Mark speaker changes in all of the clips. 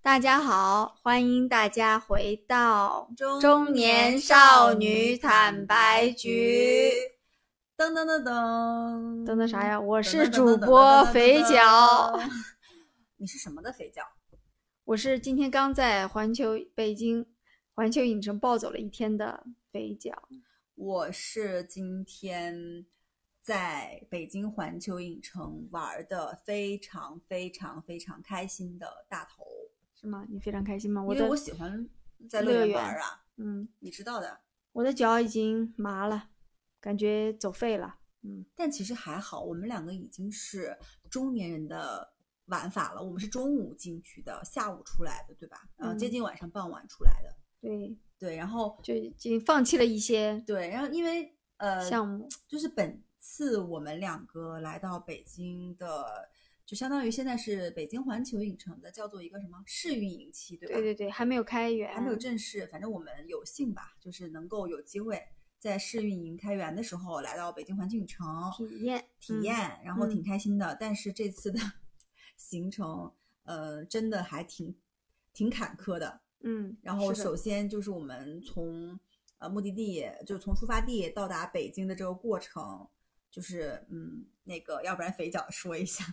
Speaker 1: 大家好，欢迎大家回到中
Speaker 2: 中
Speaker 1: 年
Speaker 2: 年
Speaker 1: 少
Speaker 2: 少
Speaker 1: 女
Speaker 2: 女
Speaker 1: 坦
Speaker 2: 坦
Speaker 1: 白
Speaker 2: 白
Speaker 1: 局
Speaker 2: 局。噔噔噔噔
Speaker 1: 等等啥？呀？我
Speaker 2: 我
Speaker 1: 是主播肥脚，。
Speaker 2: 你是什么的肥脚？
Speaker 1: 我是今天刚在环球北京环球影城暴走了一天的肥脚。
Speaker 2: 我是今天在北京环球影城玩的非常非常非常开心的大头，
Speaker 1: 是吗？你非常开心吗？我
Speaker 2: 因为
Speaker 1: 的
Speaker 2: 我喜欢在
Speaker 1: 乐
Speaker 2: 乐
Speaker 1: 园
Speaker 2: 园玩啊，
Speaker 1: 嗯，
Speaker 2: 你知道的。
Speaker 1: 我的脚已经麻了，感觉走废了。嗯，
Speaker 2: 但其实还好，我们两个已经是中年人的玩法了。我们是中午进去的，下午出来的，对吧？呃，接
Speaker 1: 嗯
Speaker 2: 近晚上傍晚出来的。
Speaker 1: 对，
Speaker 2: 对，然后
Speaker 1: 就已经放弃了一些
Speaker 2: 对，然后因为呃，
Speaker 1: 项目。
Speaker 2: 就是本次我们两个来到北京的，就相当于现在是北京环球影城的，叫做一个什么试运营期，对吧？
Speaker 1: 对对对，嗯还没有开园，
Speaker 2: 还没有正式，反正我们有幸吧，就是能够有机会在试运营开园的时候来到北京环球影城
Speaker 1: 体验
Speaker 2: 体
Speaker 1: 嗯
Speaker 2: 验，然后
Speaker 1: 嗯
Speaker 2: 挺开心的。但是这次的 行程，呃，真的还挺挺坎坷的。
Speaker 1: 嗯，
Speaker 2: 然后
Speaker 1: 是的
Speaker 2: 首先就是我们从呃目的地，就从出发地到达北京的这个过程，就是嗯，那个要不然肥脚说一下，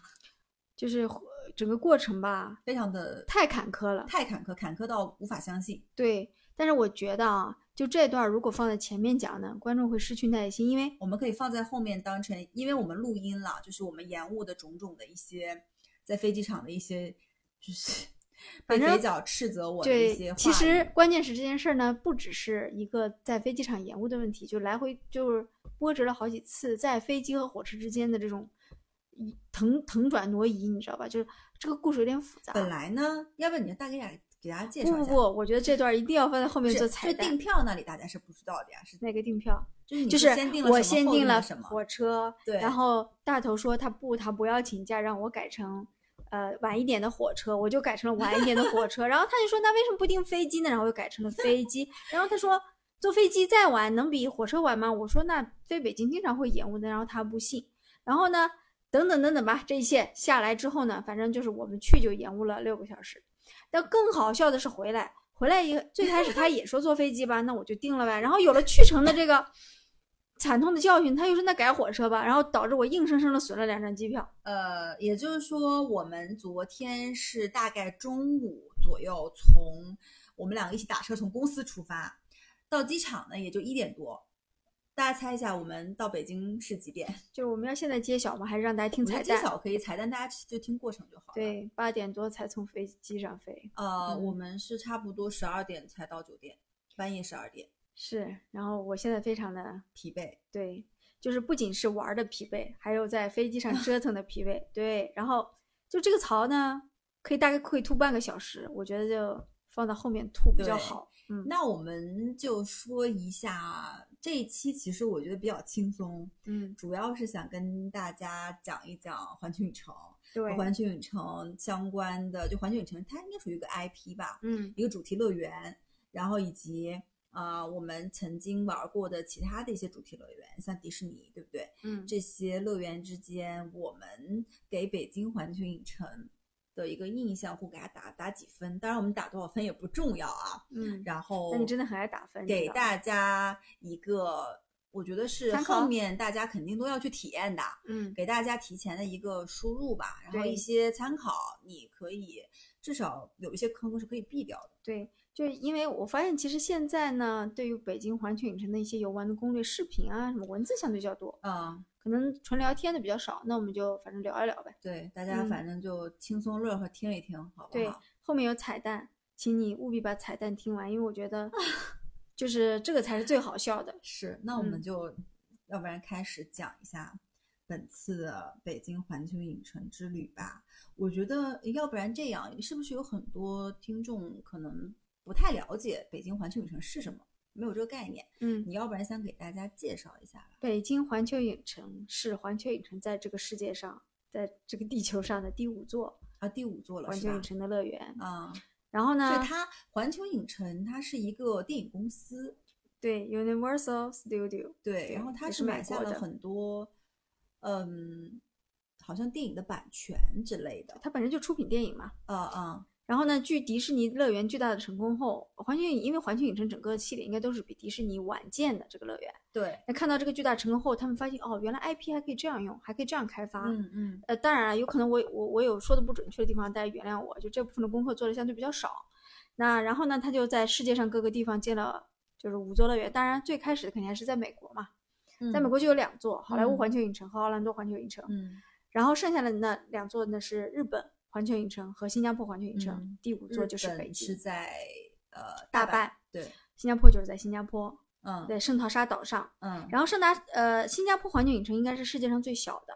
Speaker 1: 就是呃整个过程吧，
Speaker 2: 非常的
Speaker 1: 太坎坷了。
Speaker 2: 太坎坷，坎坷到无法相信。
Speaker 1: 对，但是我觉得啊，就这段如果放在前面讲呢，观众会失去耐心，因为
Speaker 2: 我们可以放在后面当成，因为我们录音了，就是我们延误的种种的一些在飞机场的一些，就是 被
Speaker 1: 反正
Speaker 2: 肥脚斥责我的一些
Speaker 1: 对，
Speaker 2: 话
Speaker 1: 其实
Speaker 2: 语
Speaker 1: 关键是这件事儿呢，不只是一个在飞机场延误的问题，就来回就是波折了好几次，在飞机和火车之间的这种移腾腾转挪移，你知道吧？就是这个故事有点复杂。
Speaker 2: 本来呢，要不然你就大概给大家给大家介
Speaker 1: 不
Speaker 2: 绍一
Speaker 1: 不
Speaker 2: 下，
Speaker 1: 不，我觉得这段一定要放在后
Speaker 2: 不
Speaker 1: 面
Speaker 2: 是
Speaker 1: 做彩
Speaker 2: 是订
Speaker 1: 蛋。
Speaker 2: 票那里大家是不知道的呀，是
Speaker 1: 哪个订票？
Speaker 2: 就是你
Speaker 1: 就是
Speaker 2: 先定了
Speaker 1: 我
Speaker 2: 什么
Speaker 1: 先
Speaker 2: 后
Speaker 1: 订
Speaker 2: 了
Speaker 1: 了
Speaker 2: 什么？
Speaker 1: 火车，
Speaker 2: 对
Speaker 1: 然后大头说他不，他不要请假，让我改成呃晚一点的火车，我就改成了晚一点的火车。然后他就说那为什么不订飞机呢？然后又改成了飞机。然后他说坐飞机再晚能比火车晚吗？我说那飞北京经常会延误的。然后他不信。然后呢，等等等等吧，这一切下来之后呢，反正就是我们去就延误了六个小时。但更好笑的是回来，回来一个最开始他也说坐飞机吧，那我就定了呗。然后有了去程的这个惨痛的教训，他又说那改火车吧，然后导致我硬生生的损了两张机票。
Speaker 2: 呃，也就是说，我们昨天是大概中午左右从我们两个一起打车从公司出发，到机场呢也就一点多。大家猜一下，我们到北京是几点？
Speaker 1: 就是我们要现在揭晓吗？还是让大家听
Speaker 2: 我觉
Speaker 1: 彩
Speaker 2: 得
Speaker 1: 蛋
Speaker 2: 揭？晓可以彩蛋，大家就听过程就好了。，
Speaker 1: 对，八点多才从飞机上飞，
Speaker 2: 呃，
Speaker 1: 嗯
Speaker 2: 我们是差不多十二点才到酒店，半夜十二点，
Speaker 1: 是。然后我现在非常的
Speaker 2: 疲惫。
Speaker 1: 对，就是不仅是玩儿的疲惫，还有在飞机上折腾的疲惫。对，然后就这个槽呢，可以大概可以吐半个小时，我觉得就放到后面吐比较
Speaker 2: 对
Speaker 1: 好。嗯
Speaker 2: 那我们就说一下这一期，其实我觉得比较轻松，
Speaker 1: 嗯，
Speaker 2: 主要是想跟大家讲一讲环球影城。
Speaker 1: 对，
Speaker 2: 环球影城相关的，就环球影城它应该属于一个 IP 吧，
Speaker 1: 嗯
Speaker 2: 一个主题乐园，然后以及呃我们曾经玩过的其他的一些主题乐园，像迪士尼，对不对？
Speaker 1: 嗯，
Speaker 2: 这些乐园之间，我们给北京环球影城的一个印象会给它打打几分？当然我们打多少分也不重要啊。
Speaker 1: 嗯，
Speaker 2: 然后，
Speaker 1: 那你真的很爱打分，你知
Speaker 2: 给
Speaker 1: 道吗
Speaker 2: 大家一个，我觉得是
Speaker 1: 参考
Speaker 2: 后面大家肯定都要去体验的。
Speaker 1: 嗯
Speaker 2: 给大家提前的一个输入吧，然后
Speaker 1: 对
Speaker 2: 一些参考，你可以至少有一些坑是可以避掉的。
Speaker 1: 对，就是因为我发现，其实现在呢，对于北京环球影城的一些游玩的攻略、视频啊，什么文字相对较多，
Speaker 2: 嗯，
Speaker 1: 可能纯聊天的比较少。那我们就反正聊一聊呗。
Speaker 2: 对，大家
Speaker 1: 嗯
Speaker 2: 反正就轻松乐呵听一听，好不
Speaker 1: 对
Speaker 2: 好？
Speaker 1: 后面有彩蛋，请你务必把彩蛋听完，因为我觉 得就是这个才是最好笑的。
Speaker 2: 是，那我们
Speaker 1: 嗯
Speaker 2: 就、要不然开始讲一下本次的北京环球影城之旅吧。我觉得要不然这样，是不是有很多听众可能不太了解北京环球影城是什么，没有这个概念？
Speaker 1: 嗯，
Speaker 2: 你要不然先给大家介绍一下吧。
Speaker 1: 北京环球影城是环球影城在这个世界上，在这个地球上的第五座
Speaker 2: 啊，第五座了
Speaker 1: 环
Speaker 2: 是
Speaker 1: 球
Speaker 2: 吧
Speaker 1: 影？城的嗯乐园。
Speaker 2: 啊、
Speaker 1: 然后
Speaker 2: 所
Speaker 1: 呢
Speaker 2: 以，它环球影城它是一个电影公司，
Speaker 1: 对 Universal Studio，
Speaker 2: 对，
Speaker 1: 对
Speaker 2: 然后它
Speaker 1: 也
Speaker 2: 是
Speaker 1: 是美
Speaker 2: 买下
Speaker 1: 国
Speaker 2: 了
Speaker 1: 的
Speaker 2: 很多，嗯，好像电影的版权之类的，
Speaker 1: 它本身就出品电影嘛。
Speaker 2: 啊啊、
Speaker 1: 然后呢，距迪士尼乐园巨大的成功后，环球影因为环球影城整个系列应该都是比迪士尼晚建的这个乐园。
Speaker 2: 对，
Speaker 1: 那看到这个巨大成功后，他们发现哦，原来 IP 还可以这样用，还可以这样开发。
Speaker 2: 嗯嗯，
Speaker 1: 呃，当然了，有可能我我我有说的不准确的地方，大家原谅我，就这部分的功课做的相对比较少。那然后呢，他就在世界上各个地方建了就是五座乐园，当然最开始肯定还是在美国嘛，在美国就有两座，好莱坞
Speaker 2: 嗯
Speaker 1: 环球影城和奥兰多环球影城，
Speaker 2: 嗯，
Speaker 1: 然后剩下的那两座呢是日本环球影城和新加坡环球影城，
Speaker 2: 嗯
Speaker 1: 第五
Speaker 2: 日
Speaker 1: 座就是北
Speaker 2: 本是
Speaker 1: 京
Speaker 2: 在呃
Speaker 1: 大
Speaker 2: 阪，
Speaker 1: 阪，
Speaker 2: 对，
Speaker 1: 新加坡就是在新加坡，
Speaker 2: 嗯
Speaker 1: 在圣淘沙岛上。
Speaker 2: 嗯，
Speaker 1: 然后圣达呃，新加坡环球影城应该是世界上最小的，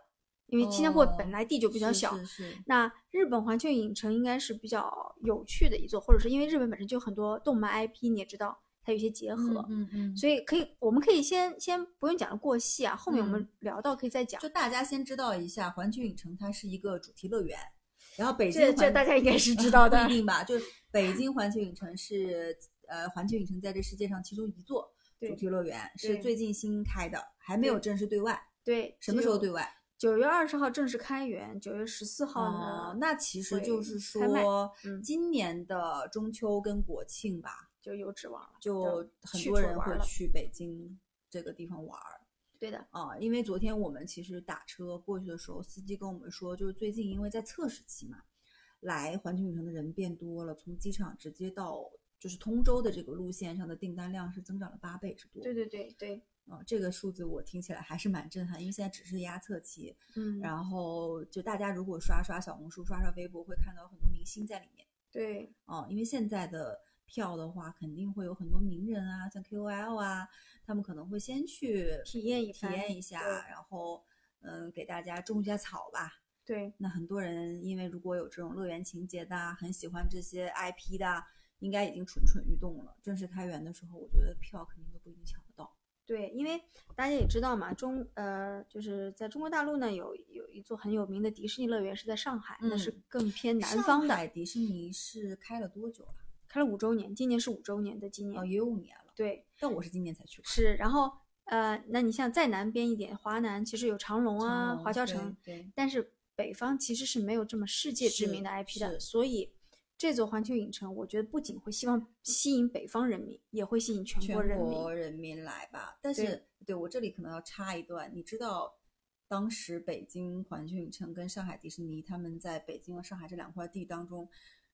Speaker 1: 因为新加坡本
Speaker 2: 哦
Speaker 1: 来地就比较
Speaker 2: 是
Speaker 1: 小。
Speaker 2: 是是
Speaker 1: 那日本环球影城应该是比较有趣的一座，或者是因为日本本身就有很多动漫 IP，你也知道它有一些结合，
Speaker 2: 嗯嗯，
Speaker 1: 所以可以我们可以先先不用讲的过细啊，后面我们
Speaker 2: 嗯
Speaker 1: 聊到可以再讲。
Speaker 2: 就大家先知道一下，环球影城它是一个主题乐园，然后北京
Speaker 1: 这这
Speaker 2: 环
Speaker 1: 大家应该是知道的
Speaker 2: 不一定吧？就是北京环球影城是呃环球影城在这世界上其中一座
Speaker 1: 对
Speaker 2: 主题乐园，是
Speaker 1: 对
Speaker 2: 最近新开的，还没有
Speaker 1: 对
Speaker 2: 正式对外。
Speaker 1: 对，
Speaker 2: 什么时候对外？
Speaker 1: 九月二十号正式开园，九月十四号
Speaker 2: 哦
Speaker 1: 呢，，
Speaker 2: 那其实就
Speaker 1: 会
Speaker 2: 是
Speaker 1: 开卖
Speaker 2: 说
Speaker 1: 嗯，
Speaker 2: 今年的中秋跟国庆吧，
Speaker 1: 就有指望了，
Speaker 2: 就很
Speaker 1: 去
Speaker 2: 多
Speaker 1: 处
Speaker 2: 人
Speaker 1: 玩
Speaker 2: 会
Speaker 1: 了
Speaker 2: 去北京这个地方玩儿。
Speaker 1: 对的，
Speaker 2: 啊，因为昨天我们其实打车过去的时候，司机跟我们说，就是最近因为在测试期嘛，来环球影城的人变多了，从机场直接到就是通州的这个路线上的订单量是增长了八倍之多。
Speaker 1: 对对对对，
Speaker 2: 啊，这个数字我听起来还是蛮震撼，因为现在只是压测期，
Speaker 1: 嗯，
Speaker 2: 然后就大家如果刷刷小红书、刷刷微博，会看到很多明星在里面。
Speaker 1: 对
Speaker 2: 哦，因为现在的票的话，肯定会有很多名人啊，像 KOL 啊，他们可能会先去
Speaker 1: 体验一
Speaker 2: 体
Speaker 1: 番
Speaker 2: 验一下，
Speaker 1: 对
Speaker 2: 然后嗯，给大家种一下草吧。
Speaker 1: 对
Speaker 2: 那很多人因为如果有这种乐园情节的啊，很喜欢这些 IP 的啊，应该已经蠢蠢欲动了。正式开园的时候，我觉得票肯定都不一定抢得到。
Speaker 1: 对，因为大家也知道嘛，中呃就是在中国大陆呢有有一座很有名的迪士尼乐园是在上海，那是
Speaker 2: 嗯
Speaker 1: 更偏南方的，
Speaker 2: 海迪士尼是开了多久了？
Speaker 1: 开了五周年，今年是五周年的纪
Speaker 2: 哦，
Speaker 1: 念，
Speaker 2: 也有五年了。
Speaker 1: 对
Speaker 2: 但我是今年才去过。
Speaker 1: 是，然后呃，那你像再南边一点，华南其实有长隆啊、
Speaker 2: 哦
Speaker 1: 华侨城，，
Speaker 2: 对，对
Speaker 1: 但是北方其实是没有这么世界知名的
Speaker 2: 是
Speaker 1: IP 的，
Speaker 2: 是
Speaker 1: 所以这座环球影城，我觉得不仅会希望吸引北方人民，也会吸引全
Speaker 2: 全
Speaker 1: 国人民。
Speaker 2: 国人民来吧。但
Speaker 1: 对
Speaker 2: 是，对我这里可能要插一段，你知道当时北京环球影城跟上海迪士尼他们在北京和上海这两块地当中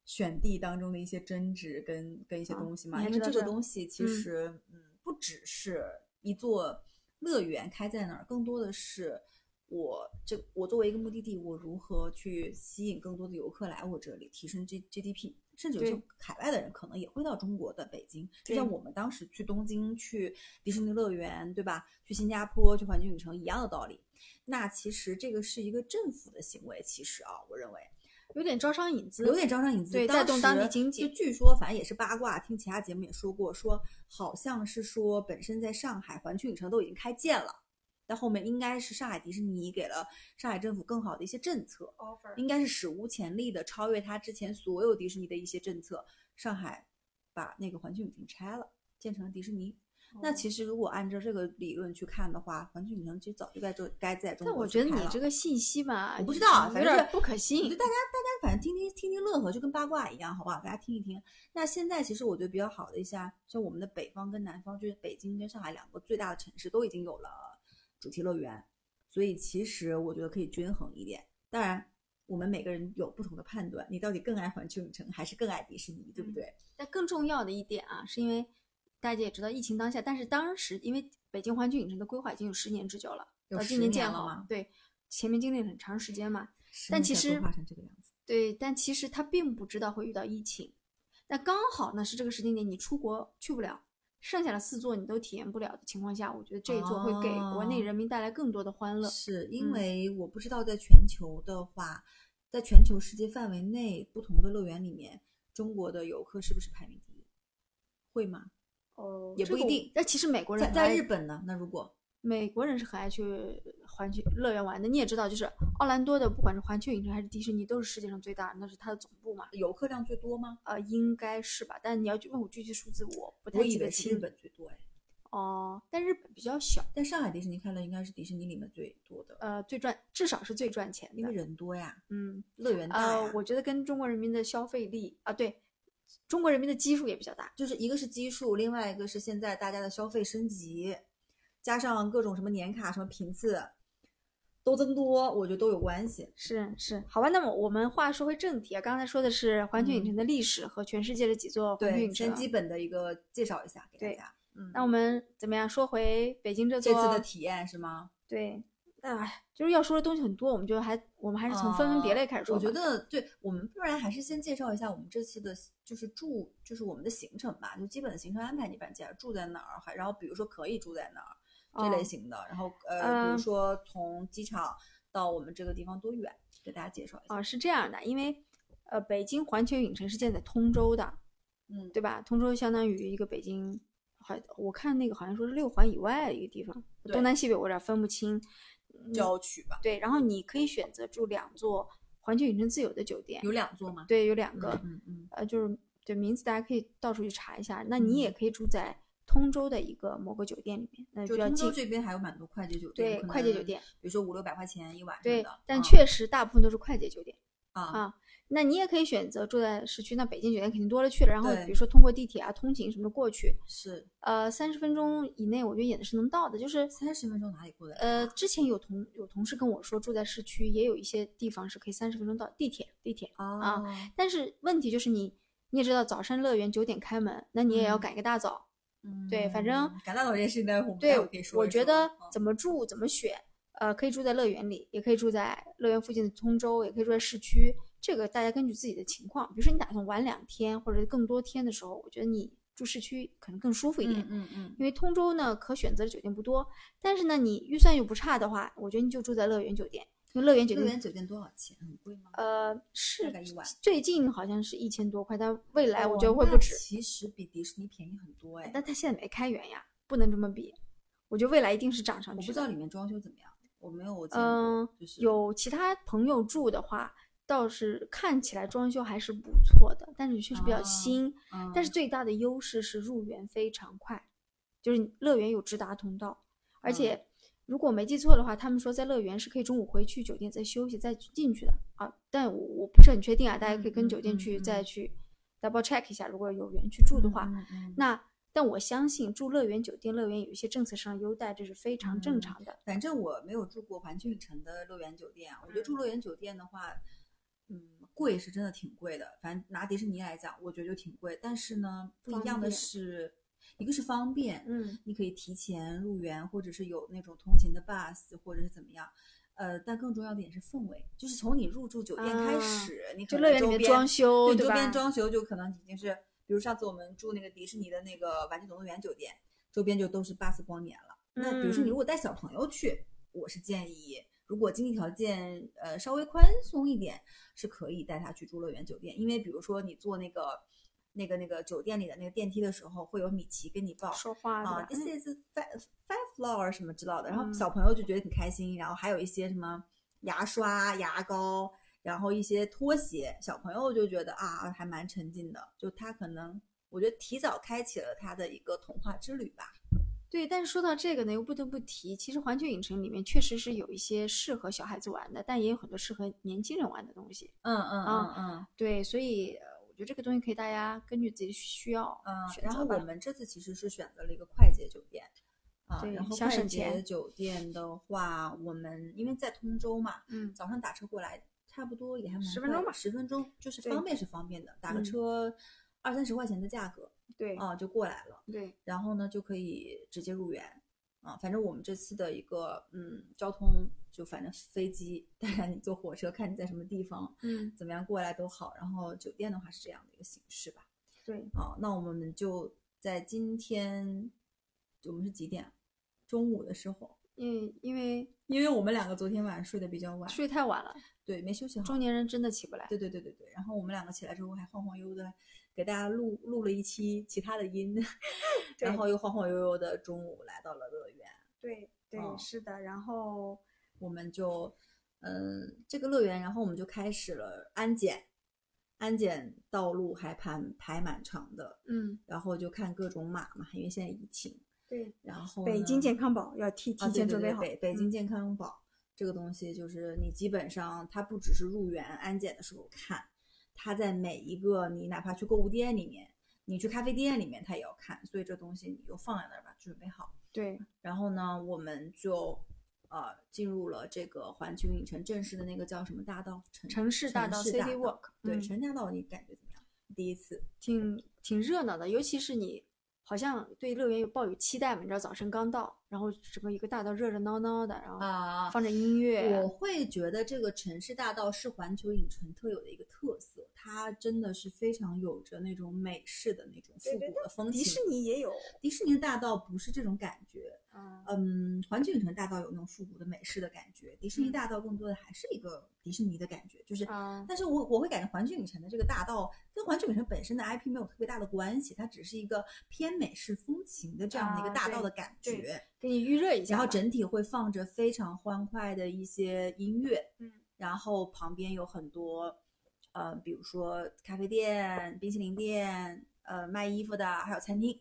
Speaker 2: 选地当中的一些争执跟跟一些
Speaker 1: 啊
Speaker 2: 东西
Speaker 1: 你
Speaker 2: 吗？
Speaker 1: 还
Speaker 2: 因为
Speaker 1: 知道
Speaker 2: 这个
Speaker 1: 这
Speaker 2: 东西其
Speaker 1: 嗯
Speaker 2: 实嗯不只是一座乐园开在那儿，更多的是。我这我作为一个目的地，我如何去吸引更多的游客来我这里，提升 G GDP，甚至有些
Speaker 1: 对
Speaker 2: 海外的人可能也会到中国的北京，就
Speaker 1: 对
Speaker 2: 像我们当时去东京、去迪士尼乐园，对吧？去新加坡、去环球影城一样的道理。那其实这个是一个政府的行为，其实啊，我认为
Speaker 1: 有点招商引资，
Speaker 2: 有点招商引资，
Speaker 1: 对
Speaker 2: 当
Speaker 1: 带动当地
Speaker 2: 时
Speaker 1: 经济
Speaker 2: 就据说，反正也是八卦，听其他节目也说过，说好像是说本身在上海环球影城都已经开建了，但后面应该是上海迪士尼给了上海政府更好的一些政策，
Speaker 1: offer，
Speaker 2: 应该是史无前例的超越它之前所有迪士尼的一些政策。上海把那个环球影城拆了，建成了迪士尼。那其
Speaker 1: 实。
Speaker 2: 实如果按照这个理论去看的话，环球影城其实早就该就该在中
Speaker 1: 但
Speaker 2: 国
Speaker 1: 我
Speaker 2: 去
Speaker 1: 觉得
Speaker 2: 开
Speaker 1: 你
Speaker 2: 了
Speaker 1: 这个信息吧，
Speaker 2: 我不知道
Speaker 1: 嗯
Speaker 2: 啊
Speaker 1: 有
Speaker 2: 反正
Speaker 1: 点
Speaker 2: 是
Speaker 1: 不可信。
Speaker 2: 我觉得大家大家反正听听听听乐呵，就跟八卦一样，好不好？大家听一听。那现在其实我觉得比较好的一下，像我们的北方跟南方，就是北京跟上海两个最大的城市都已经有了主题乐园，所以其实我觉得可以均衡一点。当然，我们每个人有不同的判断，你到底更爱环球影城还是更爱迪士尼，
Speaker 1: 嗯
Speaker 2: 对不对？
Speaker 1: 但更重要的一点啊，是因为大家也知道疫情当下，但是当时因为北京环球影城的规划已经有十年之久了，
Speaker 2: 有
Speaker 1: 到今
Speaker 2: 10
Speaker 1: 年
Speaker 2: 年
Speaker 1: 建
Speaker 2: 了
Speaker 1: 好
Speaker 2: 吗，
Speaker 1: 对，前面经历了很长时间嘛，
Speaker 2: 十
Speaker 1: 但
Speaker 2: 年
Speaker 1: 其
Speaker 2: 才规
Speaker 1: 实
Speaker 2: 划成这个样子，
Speaker 1: 对，但其实他并不知道会遇到疫情，那刚好呢是这个时间点，你出国去不了，剩下的四座你都体验不了的情况下，我觉得这一座会给国内
Speaker 2: 哦
Speaker 1: 人民带来更多的欢乐。
Speaker 2: 是
Speaker 1: 嗯
Speaker 2: 因为我不知道在全球的话，在全球世界范围内不同的乐园里面，中国的游客是不是排名第一？会吗？
Speaker 1: 哦
Speaker 2: 也不一定
Speaker 1: 但其实美国人
Speaker 2: 在
Speaker 1: 很
Speaker 2: 在
Speaker 1: 爱
Speaker 2: 日，本呢？那如果
Speaker 1: 美国人是很爱去环球乐园玩的。你也知道，就是奥兰多的，不管是环球影城还是迪士尼，都是世界上最大的，那是它的总部嘛。
Speaker 2: 游客量最多吗？
Speaker 1: 呃，应该是吧？但你要去问我具体数字，我不
Speaker 2: 我
Speaker 1: 太
Speaker 2: 以
Speaker 1: 记
Speaker 2: 为
Speaker 1: 得
Speaker 2: 是日
Speaker 1: 清。
Speaker 2: 本最多哎。
Speaker 1: 哦，但日本比较小，
Speaker 2: 但上海迪士尼快乐应该是迪士尼里面最多的，
Speaker 1: 呃，最赚至少是最赚钱
Speaker 2: 因为
Speaker 1: 的。
Speaker 2: 人多呀，
Speaker 1: 嗯，
Speaker 2: 乐园大呀。
Speaker 1: 呃，我觉得跟中国人民的消费力啊，对，中国人民的基数也比较大。
Speaker 2: 就是一个是基数，另外一个是现在大家的消费升级，加上各种什么年卡、什么频次都增多，我觉得都有关系。
Speaker 1: 是是，好吧，那么我们话说回正题啊，刚才说的是环球影
Speaker 2: 嗯
Speaker 1: 城的历史和全世界的几座环球
Speaker 2: 对，
Speaker 1: 影
Speaker 2: 先
Speaker 1: 城。
Speaker 2: 基本的一个介绍一下给大
Speaker 1: 啊对
Speaker 2: 家。嗯，
Speaker 1: 那我们怎么样？说回北京这
Speaker 2: 这
Speaker 1: 座
Speaker 2: 次的体验是吗？
Speaker 1: 对，哎，就是要说的东西很多，我们就还我们还是从分门别类开始说
Speaker 2: 啊
Speaker 1: 吧。
Speaker 2: 我觉得对，我们不然还是先介绍一下我们这次的，就是住，就是我们的行程吧，就基本的行程安排。你把介绍住在哪儿，还然后比如说可以住在哪儿这类
Speaker 1: 哦
Speaker 2: 型的，然后呃，比
Speaker 1: 嗯
Speaker 2: 如说从机场到我们这个地方多远，给大家介绍一下。
Speaker 1: 啊、是这样的，因为呃，北京环球影城是建在通州的，
Speaker 2: 嗯，
Speaker 1: 对吧？通州相当于一个北京，好，我看那个好像说是六环以外的一个地方，
Speaker 2: 对
Speaker 1: 东南西北我有点分不清。
Speaker 2: 郊区吧，
Speaker 1: 对，然后你可以选择住两座环球影城自有的酒店，
Speaker 2: 有两座吗？
Speaker 1: 对，有两个，
Speaker 2: 嗯嗯
Speaker 1: 呃，就是对名字大家可以到处去查一下。那你也可以住在通州的一个某个酒店里面，那
Speaker 2: 嗯，
Speaker 1: 比
Speaker 2: 就
Speaker 1: 较
Speaker 2: 通州
Speaker 1: 近。
Speaker 2: 这边还有蛮多快捷酒店，
Speaker 1: 对，快捷酒，店，
Speaker 2: 比如说五六百块钱一晚什么
Speaker 1: 对
Speaker 2: 的，
Speaker 1: 但
Speaker 2: 嗯
Speaker 1: 确实大部分都是快捷酒店。
Speaker 2: 啊
Speaker 1: 啊那你也可以选择住在市区，那北京酒店肯定多了去了。然后
Speaker 2: 对
Speaker 1: 比如说通过地铁啊、通勤什么的过去，
Speaker 2: 是
Speaker 1: 呃，三十分钟以内，我觉得也是能到的。就是
Speaker 2: 三十分钟哪里过啊的？
Speaker 1: 呃，之前有同有同事跟我说，住在市区也有一些地方是可以三十分钟到地铁地铁。
Speaker 2: 啊，
Speaker 1: 但是问题就是你你也知道，早山乐园九点开门，那你也要
Speaker 2: 嗯
Speaker 1: 赶个大早。
Speaker 2: 嗯
Speaker 1: 对反正
Speaker 2: 感大岛这事，待会儿
Speaker 1: 对
Speaker 2: 待会儿可以，嗯说一说。
Speaker 1: 我觉得
Speaker 2: 嗯
Speaker 1: 怎么住怎么选，呃，可以住在乐园里，也可以住在乐园附近的通州，也可以住在市区。这个大家根据自己的情况，比如说你打算玩两天或者更多天的时候，我觉得你住市区可能更舒服一点，
Speaker 2: 嗯嗯嗯，
Speaker 1: 因为通州呢可选择的酒店不多，但是呢你预算又不差的话，我觉得你就住在乐园酒店，因为乐园酒
Speaker 2: 乐
Speaker 1: 店
Speaker 2: 园酒店多少钱？很贵吗？
Speaker 1: 呃是
Speaker 2: 概一晚
Speaker 1: 最近好像是一千多块，但未来我
Speaker 2: 哦
Speaker 1: 觉得会不
Speaker 2: 那
Speaker 1: 止。
Speaker 2: 其实比迪士尼便宜很多哎。
Speaker 1: 但它现在没开园呀，不能这么比。我觉得未来一定是涨上
Speaker 2: 我
Speaker 1: 去
Speaker 2: 不知
Speaker 1: 的。
Speaker 2: 道里面装修怎么样，我没有见
Speaker 1: 嗯
Speaker 2: 过，就是
Speaker 1: 有其他朋友住的话，倒是看起来装修还是不错的，但是确实比较
Speaker 2: 啊
Speaker 1: 新。
Speaker 2: 嗯，
Speaker 1: 但是最大的优势是入园非常快，就是你乐园有直达通道，而
Speaker 2: 嗯
Speaker 1: 且如果我没记错的话，他们说在乐园是可以中午回去酒店再休息再进去的啊，但我我不是很确定啊，大家可以跟
Speaker 2: 嗯
Speaker 1: 酒店
Speaker 2: 嗯
Speaker 1: 去
Speaker 2: 嗯
Speaker 1: 再去 double check 一下，如果有缘去住的话，
Speaker 2: 嗯，嗯嗯
Speaker 1: 那。但我相信住乐园酒店，乐园有一些政策上的优待，这是非常正
Speaker 2: 嗯
Speaker 1: 常的。
Speaker 2: 反正我没有住过环球影城的乐园酒店啊，我觉得住乐园酒店的话，嗯，贵是真的挺贵的。反正拿迪士尼来讲，我觉得就挺贵。但是呢，不一
Speaker 1: 方
Speaker 2: 样的
Speaker 1: 便
Speaker 2: 是，一个是方便，
Speaker 1: 嗯，
Speaker 2: 你可以提前入园，或者是有那种通勤的 bus，或者是怎么样。呃，但更重要的也是氛围，就是从你入住酒店开
Speaker 1: 啊
Speaker 2: 始，你可
Speaker 1: 就乐
Speaker 2: 能
Speaker 1: 园里
Speaker 2: 周
Speaker 1: 面
Speaker 2: 边
Speaker 1: 装修，
Speaker 2: 对，
Speaker 1: 对
Speaker 2: 周
Speaker 1: 吧？
Speaker 2: 边装修就可能已经是，比如上次我们住那个迪士尼的那个玩具总动员酒店，周边就都是巴斯光年了。那比如说你
Speaker 1: 嗯
Speaker 2: 如果带小朋友去，我是建议，如果经济条件呃稍微宽松一点，是可以带他去住乐园酒店，因为比如说你坐那个那个那个酒店里的那个电梯的时候，会有米奇跟你报。
Speaker 1: 说话对
Speaker 2: 啊
Speaker 1: 吧
Speaker 2: ，this
Speaker 1: 嗯
Speaker 2: is five five flower 什么之类的，然后
Speaker 1: 嗯
Speaker 2: 小朋友就觉得挺开心，然后还有一些什么牙刷、牙膏，然后一些拖鞋，小朋友就觉得啊，还蛮沉浸的，就他可能我觉得提早开启了他的一个童话之旅吧。
Speaker 1: 对，但是说到这个呢，又不得不提，其实环球影城里面确实是有一些适合小孩子玩的，但也有很多适合年轻人玩的东西。
Speaker 2: 嗯嗯
Speaker 1: 啊
Speaker 2: 嗯
Speaker 1: 对，所以呃我觉得这个东西可以大家根据自己的需要
Speaker 2: 嗯嗯。
Speaker 1: 选
Speaker 2: 然
Speaker 1: 择
Speaker 2: 后
Speaker 1: 吧
Speaker 2: 我们这次其实是选择了一个快捷酒店。啊，
Speaker 1: 对
Speaker 2: 然后
Speaker 1: 想
Speaker 2: 快
Speaker 1: 省
Speaker 2: 捷
Speaker 1: 钱
Speaker 2: 酒店的话，我们因为在通州嘛，
Speaker 1: 嗯，
Speaker 2: 早上打车过来，差不多也还蛮
Speaker 1: 10分钟吧
Speaker 2: 十分钟就是
Speaker 1: 对
Speaker 2: 方便是方便的，打个
Speaker 1: 嗯
Speaker 2: 车二三十块钱的价格
Speaker 1: 对
Speaker 2: 啊、就过来了，
Speaker 1: 对，
Speaker 2: 然后呢就可以直接入园啊、反正我们这次的一个嗯交通就反正飞机，当然你坐火车看你在什么地方
Speaker 1: 嗯，
Speaker 2: 怎么样过来都好，然后酒店的话是这样的一个形式吧。
Speaker 1: 对，
Speaker 2: 啊，那我们就在今天我们是几点？啊中午的时候，
Speaker 1: 因为因为
Speaker 2: 因为我们两个昨天晚上睡得比较晚，
Speaker 1: 睡太晚了，
Speaker 2: 对没休息好
Speaker 1: 中。年人真的起不来。
Speaker 2: 对对对对对。然后我们两个起来之后还晃晃悠悠的给大家录录了一期其他的音， 然
Speaker 1: 对
Speaker 2: 后又晃晃悠悠的中午来到了乐园。
Speaker 1: 对
Speaker 2: 对哦
Speaker 1: 是的。然后
Speaker 2: 我们就嗯这个乐园，然后我们就开始了安检，安检道路还排排蛮长的，
Speaker 1: 嗯，
Speaker 2: 然后就看各种码嘛，因为现在疫情，
Speaker 1: 对，
Speaker 2: 然后
Speaker 1: 北京
Speaker 2: 呢
Speaker 1: 健康宝要提
Speaker 2: 啊
Speaker 1: 提
Speaker 2: 对
Speaker 1: 前
Speaker 2: 对
Speaker 1: 准备
Speaker 2: 对
Speaker 1: 好。嗯
Speaker 2: 北北京健康宝、这个东西，就是你基本上它不只是入园安检的时候看，它在每一个你哪怕去购物店里面，你去咖啡店里面，它也要看。所以这东西你就放在那儿吧，准备好。
Speaker 1: 对，
Speaker 2: 然后呢，我们就呃进入了这个环球影城正式的那个叫什么大道城
Speaker 1: 城市大道
Speaker 2: 城市
Speaker 1: City Walk，
Speaker 2: 对，
Speaker 1: 嗯
Speaker 2: 城市大道你感觉怎么样？第一次，
Speaker 1: 挺挺热闹的，尤其是你好像对乐园有抱有期待嘛，你知道早晨刚到，然后整个一个大道热热闹闹的，然后
Speaker 2: 啊
Speaker 1: 放着音乐，
Speaker 2: 我会觉得这个城市大道是环球影城特有的一个特色，它真的是非常有着那种美式的那种复
Speaker 1: 对对
Speaker 2: 古的风情。
Speaker 1: 啊迪士尼也有，
Speaker 2: 迪士尼的大道不是这种感觉，
Speaker 1: 嗯，
Speaker 2: 嗯，环球影城大道有那种复古的美式的感觉，迪士尼
Speaker 1: 嗯
Speaker 2: 大道更多的还是一个迪士尼的感觉，就是。
Speaker 1: 啊，
Speaker 2: 但是我我会感觉环球影城的这个大道跟环球影城本身的 IP 没有特别大的关系，它只是一个偏美式风情的这样的一个
Speaker 1: 啊
Speaker 2: 大
Speaker 1: 对
Speaker 2: 道的感
Speaker 1: 对
Speaker 2: 觉。
Speaker 1: 给你预热一下
Speaker 2: 然
Speaker 1: 吧，
Speaker 2: 后整体会放着非常欢快的一些音乐，
Speaker 1: 嗯，
Speaker 2: 然后旁边有很多，呃，比如说咖啡店、冰淇淋店，呃，卖衣服的，还有餐厅。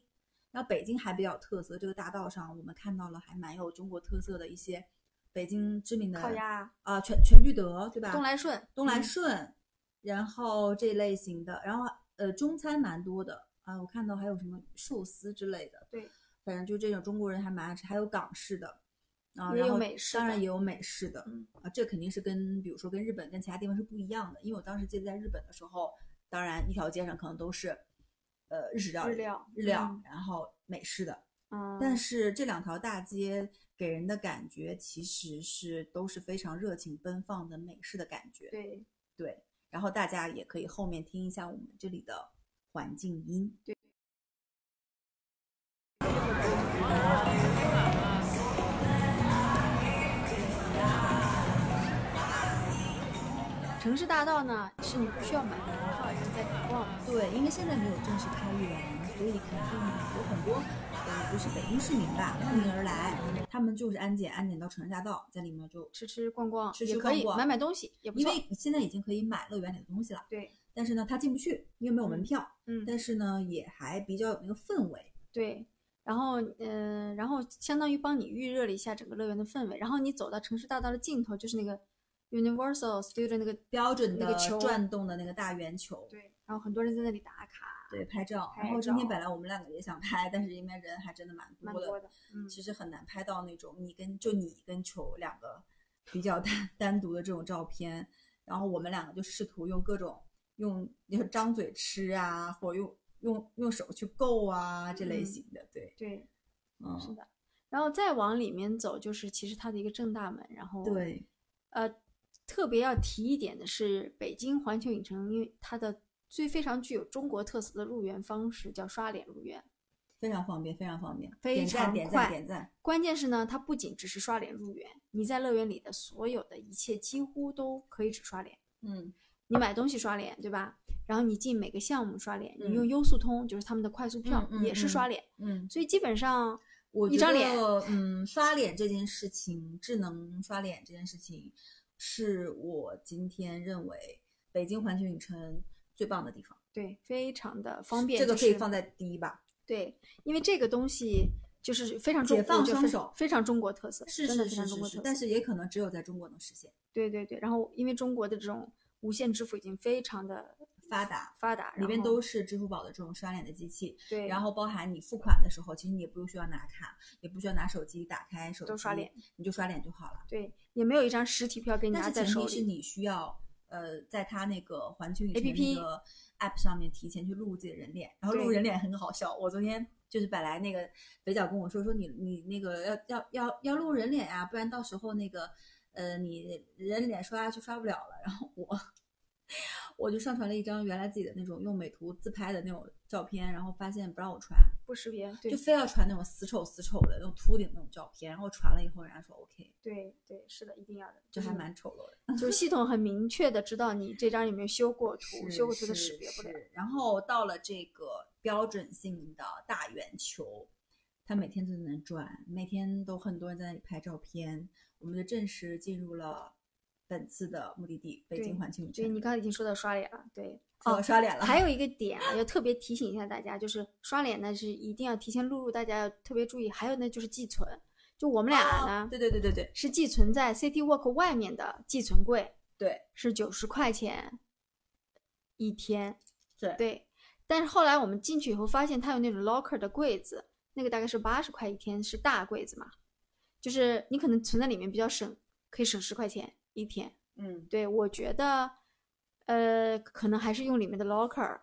Speaker 2: 然后北京还比较有特色，这个大道上我们看到了还蛮有中国特色的一些北京知名的
Speaker 1: 烤鸭、
Speaker 2: 啊、全全聚德对吧？
Speaker 1: 啊东来顺、
Speaker 2: 东来
Speaker 1: 嗯
Speaker 2: 顺，然后这类型的，然后呃中餐蛮多的啊，我看到还有什么寿司之类的，
Speaker 1: 对，
Speaker 2: 反正就这种中国人还蛮爱吃，还有港式的啊，
Speaker 1: 也
Speaker 2: 然
Speaker 1: 有
Speaker 2: 后
Speaker 1: 美式
Speaker 2: 当
Speaker 1: 的
Speaker 2: 然也有美式的，
Speaker 1: 嗯
Speaker 2: 啊，这肯定是跟比如说跟日本跟其他地方是不一样的，因为我当时记得在日本的时候，当然一条街上可能都是呃日式料
Speaker 1: 日
Speaker 2: 理。
Speaker 1: 料、嗯
Speaker 2: 日料，然后美式的，
Speaker 1: 嗯，嗯，
Speaker 2: 但是这两条大街给人的感觉其实是都是非常热情奔放的美式的感觉。
Speaker 1: 对
Speaker 2: 对，然后大家也可以后面听一下我们这里的环境音。
Speaker 1: 对。城市大道呢，是你不需要买门票已经在里逛了，
Speaker 2: 对，因为现在没有正式开园，所以肯定有很多呃，就是北京市民吧，慕名而来，他们就是安检，安检到城市大道，在里面就
Speaker 1: 吃吃逛逛
Speaker 2: 吃
Speaker 1: 也
Speaker 2: 吃
Speaker 1: 可以，
Speaker 2: 逛逛
Speaker 1: 买买东西也不
Speaker 2: 因
Speaker 1: 错。
Speaker 2: 为现在已经可以买乐园里的东西了，
Speaker 1: 对，
Speaker 2: 但是呢，他进不去，因为没有
Speaker 1: 嗯
Speaker 2: 门票，
Speaker 1: 嗯，
Speaker 2: 但是呢，也还比较有那个氛围。
Speaker 1: 对，然后嗯、呃然后相当于帮你预热了一下整个乐园的氛围，然后你走到城市大道的尽头，就是那个 Universal Studio 那个
Speaker 2: 标准
Speaker 1: 那个
Speaker 2: 的
Speaker 1: 球
Speaker 2: 转动的那个大圆球，
Speaker 1: 对，然后很多人在那里打卡，
Speaker 2: 对，拍照。
Speaker 1: 拍
Speaker 2: 然后今天
Speaker 1: 照
Speaker 2: 本来我们两个也想拍，但是因为人还真的蛮
Speaker 1: 蛮
Speaker 2: 多的，
Speaker 1: 多的，嗯，
Speaker 2: 其实很难拍到那种你跟就你跟球两个比较 单单独的这种照片。然后我们两个就试图用各种用就是张嘴吃啊，或者用用用手去够啊这类
Speaker 1: 嗯
Speaker 2: 型的，对，
Speaker 1: 对，是
Speaker 2: 嗯，
Speaker 1: 的。然后再往里面走，就是其实它的一个正大门，然后，
Speaker 2: 对，
Speaker 1: 呃，特别要提一点的是，北京环球影城，因为它的最非常具有中国特色的入园方式叫刷脸入园。
Speaker 2: 非常方便，非常方便，
Speaker 1: 非
Speaker 2: 点赞
Speaker 1: 常
Speaker 2: 点
Speaker 1: 快
Speaker 2: 赞点赞，
Speaker 1: 关键是呢，它不仅只是刷脸入园，你在乐园里的所有的一切几乎都可以只刷脸。
Speaker 2: 嗯，
Speaker 1: 你买东西刷脸，对吧？然后你进每个项目刷脸，你用
Speaker 2: 嗯
Speaker 1: 优速通就是他们的快速票、
Speaker 2: 嗯嗯
Speaker 1: 也是刷脸，
Speaker 2: 嗯，
Speaker 1: 所以基本上
Speaker 2: 我
Speaker 1: 一
Speaker 2: 觉
Speaker 1: 张
Speaker 2: 得
Speaker 1: 脸，
Speaker 2: 嗯，刷脸这件事情，智能刷脸这件事情，是我今天认为北京环球影城最棒的地方，
Speaker 1: 对非常的方便。
Speaker 2: 这个
Speaker 1: 就
Speaker 2: 可以
Speaker 1: 是
Speaker 2: 放在第一吧。
Speaker 1: 对，因为这个东西就是非常中
Speaker 2: 解
Speaker 1: 我
Speaker 2: 放
Speaker 1: 觉得
Speaker 2: 双
Speaker 1: 非
Speaker 2: 手
Speaker 1: 非常中国特色，
Speaker 2: 是
Speaker 1: 真的
Speaker 2: 是
Speaker 1: 非
Speaker 2: 是
Speaker 1: 常中
Speaker 2: 是
Speaker 1: 国
Speaker 2: 是
Speaker 1: 特，
Speaker 2: 但
Speaker 1: 色。
Speaker 2: 是也可能只有在中国能实现
Speaker 1: 对对对，然后因为中国的这种无线支付已经非常的
Speaker 2: 发达，
Speaker 1: 发达，
Speaker 2: 里
Speaker 1: 然
Speaker 2: 面
Speaker 1: 后
Speaker 2: 都是支付宝的这种刷脸的机器，
Speaker 1: 对，
Speaker 2: 然后包含你付款的时候，其实你也不用需要拿卡，也不需要拿手机打开手机，
Speaker 1: 都刷脸，
Speaker 2: 你就刷脸就好了。
Speaker 1: 对也没有一张实体票给你
Speaker 2: 但
Speaker 1: 拿
Speaker 2: 是
Speaker 1: 在
Speaker 2: 前
Speaker 1: 手
Speaker 2: 提是
Speaker 1: 里。
Speaker 2: 你需要呃，在他那个环球影城
Speaker 1: APP
Speaker 2: 那个 app 上面提前去录自己的人脸，然后录
Speaker 1: 对
Speaker 2: 人脸很好笑。我昨天就是本来那个北角跟我说说你你那个要要要要录人脸啊，不然到时候那个呃你人脸刷下去刷不了了。然后我我就上传了一张原来自己的那种用美图自拍的那种照片，然后发现不让我传，
Speaker 1: 不识别，对
Speaker 2: 就非要传那种死丑死丑的那种秃顶那种照片，然后传了以后人家说 OK，
Speaker 1: 对对，是的，一定要的，
Speaker 2: 就还
Speaker 1: 是
Speaker 2: 蛮丑陋的。
Speaker 1: 就是系统很明确的知道你这张有没有修过图，
Speaker 2: 是
Speaker 1: 修过图的
Speaker 2: 是
Speaker 1: 识别不了。
Speaker 2: 是然后到了这个标准性的大圆球，它每天都在那转，每天都很多人在那里拍照片。我们就正式进入了本次的目的地北
Speaker 1: 对
Speaker 2: 京环球影
Speaker 1: 对，
Speaker 2: 城。
Speaker 1: 你刚才已经说到刷脸了， 对，
Speaker 2: 哦，刷脸了，
Speaker 1: 还有一个点啊，要特别提醒一下大家，就是刷脸呢是一定要提前录入，大家要特别注意。还有呢就是寄存，就我们俩呢、
Speaker 2: 哦对对对对对
Speaker 1: 是寄存在 City Walk 外面的寄存柜，
Speaker 2: 对
Speaker 1: 是九十块钱一天。
Speaker 2: 对
Speaker 1: 对，但是后来我们进去以后发现，它有那种 locker 的柜子，那个大概是八十块一天，是大柜子嘛，就是你可能存在里面比较省，可以省十块钱一天。
Speaker 2: 嗯，
Speaker 1: 对，我觉得，呃，可能还是用里面的 locker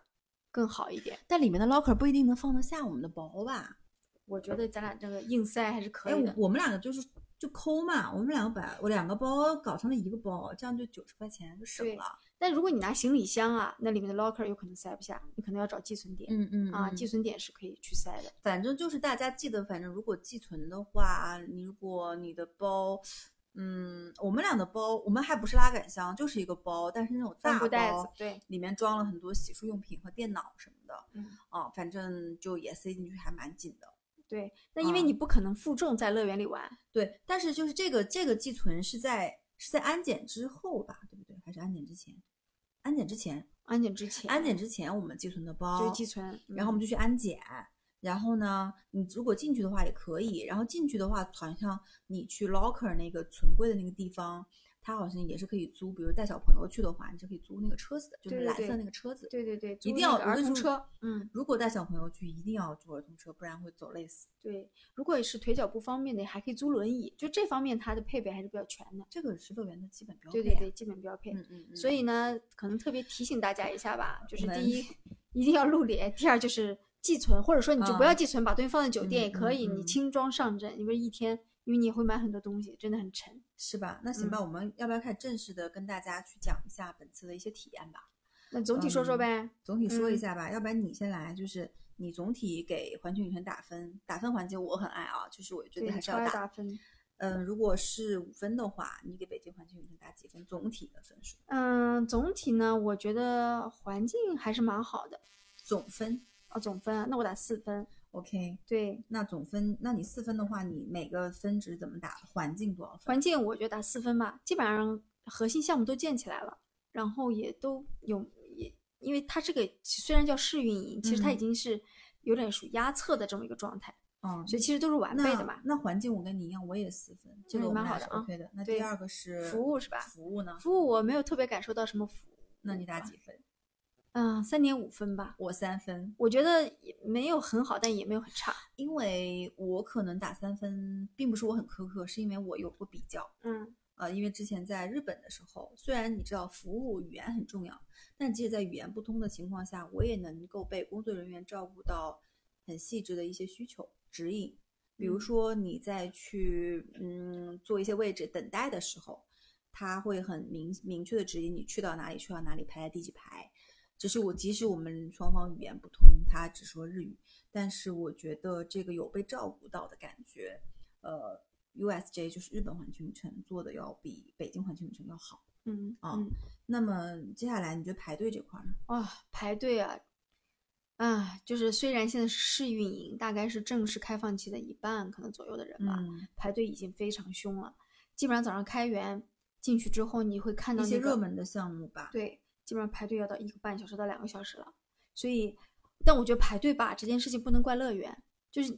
Speaker 1: 更好一点。
Speaker 2: 但里面的 locker 不一定能放得下我们的包吧？
Speaker 1: 我觉得咱俩这个硬塞还是可
Speaker 2: 哎，
Speaker 1: 以
Speaker 2: 我
Speaker 1: 的。
Speaker 2: 我们两个就是就抠嘛，我们两个把我两个包搞成了一个包，这样就九十块钱就省
Speaker 1: 对
Speaker 2: 了。
Speaker 1: 但如果你拿行李箱啊，那里面的 locker 有可能塞不下，你可能要找寄存点、
Speaker 2: 嗯嗯
Speaker 1: 啊，
Speaker 2: 嗯
Speaker 1: 寄存点是可以去塞的。
Speaker 2: 反正就是大家记得，反正如果寄存的话，你如果你的包，嗯，我们俩的包，我们还不是拉杆箱，就是一个包，但是那种
Speaker 1: 帆
Speaker 2: 大
Speaker 1: 布袋子
Speaker 2: 包，，
Speaker 1: 对，
Speaker 2: 里面装了很多洗漱用品和电脑什么的，
Speaker 1: 嗯，
Speaker 2: 啊，反正就也塞进去还蛮紧的。
Speaker 1: 对。那因为
Speaker 2: 啊
Speaker 1: 你不可能负重在乐园里玩，
Speaker 2: 对，但是就是这个这个寄存是在是在安检之后吧，对不对？还是安检之前？安检之前，
Speaker 1: 安检之前，
Speaker 2: 安检之前我们寄存的包，
Speaker 1: 就是寄存，嗯
Speaker 2: 然后我们就去安检。然后呢，你如果进去的话也可以。然后进去的话，好像你去 locker 那个存柜的那个地方，它好像也是可以租。比如带小朋友去的话，你是可以租那个车子的，就
Speaker 1: 对
Speaker 2: 是
Speaker 1: 对
Speaker 2: 蓝色
Speaker 1: 对
Speaker 2: 那个车子。
Speaker 1: 对对对，
Speaker 2: 一
Speaker 1: 租
Speaker 2: 定
Speaker 1: 那
Speaker 2: 要
Speaker 1: 个
Speaker 2: 我
Speaker 1: 儿
Speaker 2: 跟
Speaker 1: 童
Speaker 2: 你说
Speaker 1: 车，嗯，
Speaker 2: 如果带小朋友去，一定要租儿童车，不然会走累死。
Speaker 1: 对。如果是腿脚不方便的，还可以租轮椅，就这方面它的配备还是比较全的。
Speaker 2: 这个是乐园的基本标配、啊
Speaker 1: 对对对，，基本标配。
Speaker 2: 嗯嗯嗯。
Speaker 1: 所以呢，可能特别提醒大家一下吧，就是
Speaker 2: 我们
Speaker 1: 第一，一定要露脸；第二，就是寄存，或者说你就不要
Speaker 2: 啊
Speaker 1: 寄存，把东西放在酒店
Speaker 2: 嗯
Speaker 1: 也可以，
Speaker 2: 嗯
Speaker 1: 你
Speaker 2: 嗯
Speaker 1: 轻装上阵，因为一天，因为你也会买很多东西，真的很沉。
Speaker 2: 是吧？那
Speaker 1: 嗯
Speaker 2: 行吧，我们要不要开始正式的跟大家去讲一下本次的一些体验吧？
Speaker 1: 那总体说说
Speaker 2: 嗯
Speaker 1: 呗，
Speaker 2: 总体说一
Speaker 1: 嗯
Speaker 2: 下吧，要不然你先来，就是你总体给环球影城打分，打分环节我很爱啊，就是我觉
Speaker 1: 对
Speaker 2: 得还，是
Speaker 1: 超
Speaker 2: 要
Speaker 1: 爱
Speaker 2: 打。
Speaker 1: 打分。
Speaker 2: 嗯，如果是五分的话，你给北京环球影城打几分？总体的分数，
Speaker 1: 嗯，总体呢，我觉得环境还是蛮好的。
Speaker 2: 总分。
Speaker 1: 哦，总分啊，那我打四分。
Speaker 2: OK，
Speaker 1: 对，
Speaker 2: 那总分，那你四分的话，你每个分值怎么打？环境多少分？
Speaker 1: 环境我觉得打四分吧，基本上核心项目都建起来了，然后也都有也，因为它这个虽然叫试运营，其实它已
Speaker 2: 嗯
Speaker 1: 经是有点属于压测的这么一个状态，
Speaker 2: 嗯，
Speaker 1: 所以其实都是完备的嘛
Speaker 2: 那。那环境我跟你一样，我也四分，这
Speaker 1: 嗯
Speaker 2: 个我们
Speaker 1: 蛮好
Speaker 2: 俩是
Speaker 1: 的啊
Speaker 2: OK 的。那
Speaker 1: 对
Speaker 2: 第二个是
Speaker 1: 服务是吧
Speaker 2: 服务呢？
Speaker 1: 服务我没有特别感受到什么服务，
Speaker 2: 那你打几分？
Speaker 1: 嗯，三点五分吧，
Speaker 2: 我三分，
Speaker 1: 我觉得也没有很好，但也没有很差。
Speaker 2: 因为我可能打三分，并不是我很苛刻，是因为我有过比较。
Speaker 1: 嗯，
Speaker 2: 呃，因为之前在日本的时候，虽然你知道服务语言很重要，但即使在语言不通的情况下，我也能够被工作人员照顾到很细致的一些需求指引。比如
Speaker 1: 嗯
Speaker 2: 说你在去嗯做一些位置等待的时候，他会很明明确的指引你去到哪里，去到哪里排在第几排。只是我即使我们双方语言不通，他只说日语，但是我觉得这个有被照顾到的感觉，呃，USJ 就是日本环球影城做的要比北京环球影城要好。
Speaker 1: 嗯
Speaker 2: 啊
Speaker 1: 嗯，
Speaker 2: 那么接下来你觉得排队这块儿呢？
Speaker 1: 哇、排队啊，啊，就是虽然现在是试运营，大概是正式开放期的一半可能左右的人吧，
Speaker 2: 嗯，
Speaker 1: 排队已经非常凶了。基本上早上开园进去之后，你会看到、
Speaker 2: 一
Speaker 1: 那
Speaker 2: 些
Speaker 1: 个
Speaker 2: 热门的项目吧。
Speaker 1: 对，基本上排队要到一个半小时到两个小时了。所以，但我觉得排队吧这件事情不能怪乐园，就是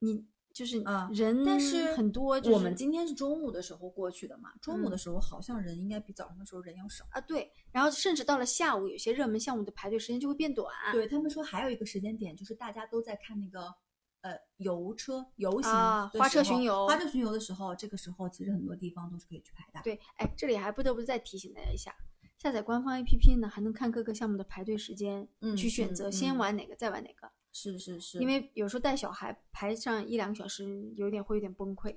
Speaker 1: 你就是
Speaker 2: 啊
Speaker 1: 人，
Speaker 2: 但是
Speaker 1: 很多、就是
Speaker 2: 我们今天是中午的时候过去的嘛，中午的
Speaker 1: 嗯
Speaker 2: 时候好像人应该比早上的时候人要少。
Speaker 1: 啊对，然后甚至到了下午，有些热门项目的排队时间就会变短。
Speaker 2: 对他们说还有一个时间点，就是大家都在看那个呃游车游行
Speaker 1: 啊
Speaker 2: 的
Speaker 1: 花
Speaker 2: 时
Speaker 1: 车巡
Speaker 2: 候
Speaker 1: 游
Speaker 2: 花车巡游的时候，这个时候其实很多地方都是可以去排的。
Speaker 1: 对，哎，这里还不得不再提醒大家一下，下载官方 APP 呢，还能看各个项目的排队时间，
Speaker 2: 嗯
Speaker 1: 去选
Speaker 2: 嗯
Speaker 1: 择先
Speaker 2: 嗯
Speaker 1: 玩哪个，再玩哪个。
Speaker 2: 是是是，
Speaker 1: 因为有时候带小孩排上一两个小时，有点会有点崩溃。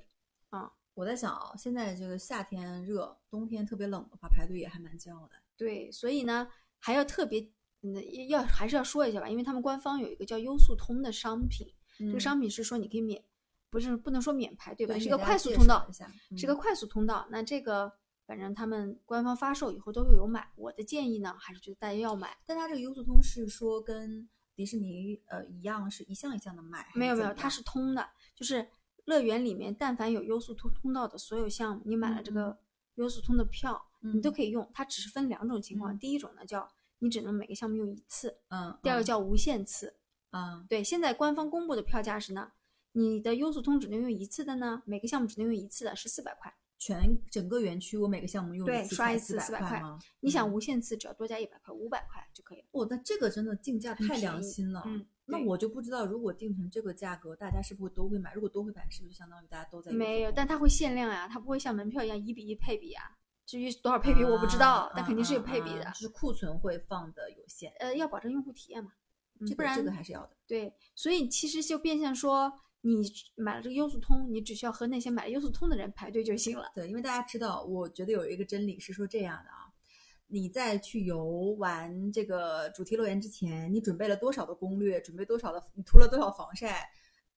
Speaker 2: 我在想啊，现在这个夏天热，冬天特别冷的话，排队也还蛮煎熬的。
Speaker 1: 对，所以呢，还要特别，嗯，要还是要说一下吧，因为他们官方有一个叫优速通的商品，这
Speaker 2: 这
Speaker 1: 个商品是说你可以免，不是不能说免排队吧，
Speaker 2: 嗯对
Speaker 1: 是
Speaker 2: 给
Speaker 1: 一个
Speaker 2: 大家
Speaker 1: 快速
Speaker 2: 介
Speaker 1: 通
Speaker 2: 绍
Speaker 1: 道
Speaker 2: 一，下，
Speaker 1: 是个
Speaker 2: 嗯
Speaker 1: 快速通道。那这个反正他们官方发售以后都会有买，我的建议呢，还是觉得大家要买。
Speaker 2: 但它这个优速通是说跟迪士尼呃一样，是一项一项的卖，还
Speaker 1: 没有没
Speaker 2: 怎
Speaker 1: 有，
Speaker 2: 么
Speaker 1: 它
Speaker 2: 样
Speaker 1: 是通的，就是乐园里面但凡有优速通通道的所有项目，你买了这
Speaker 2: 嗯
Speaker 1: 个优速通的票，你都可以用。它只是分两种情况，
Speaker 2: 嗯
Speaker 1: 第一种呢叫你只能每个项目用一次，
Speaker 2: 嗯，
Speaker 1: 第二个
Speaker 2: 嗯
Speaker 1: 叫无限次。
Speaker 2: 嗯
Speaker 1: 对，现在官方公布的票价是呢，你的优速通只能用一次的呢，每个项目只能用一次的是四百块。
Speaker 2: 全整个园区我每个项目用
Speaker 1: 对
Speaker 2: 一次
Speaker 1: 刷
Speaker 2: 才
Speaker 1: 一次
Speaker 2: 400
Speaker 1: 400块
Speaker 2: 吗？
Speaker 1: 你想
Speaker 2: 嗯，
Speaker 1: 无限次只要多加一百块，五百块就可以了。
Speaker 2: 我的这个真的竞价
Speaker 1: 很
Speaker 2: 太
Speaker 1: 便
Speaker 2: 良
Speaker 1: 宜
Speaker 2: 心了。
Speaker 1: 嗯，
Speaker 2: 那
Speaker 1: 对
Speaker 2: 我就不知道，如果定成这个价格，大家是不是都会买？如果都会买，是不是相当于大家都在
Speaker 1: 没有，但
Speaker 2: 它
Speaker 1: 它会限量呀、它不会像门票一样一比一配比呀、至于多少配
Speaker 2: 啊
Speaker 1: 比我不知道，但肯定是有配比的。
Speaker 2: 就是库存会放的有限，
Speaker 1: 呃，要保证用户体验嘛，嗯
Speaker 2: 这
Speaker 1: 不
Speaker 2: 个这
Speaker 1: 然
Speaker 2: 个还是要的。
Speaker 1: 对，所以其实就变相说，你买了这个优速通，你只需要和那些买了优速通的人排队就行了。
Speaker 2: 对，因为大家知道，我觉得有一个真理是说这样的啊，你在去游玩这个主题乐园之前，你准备了多少的攻略，准备多少的，你涂了多少防晒，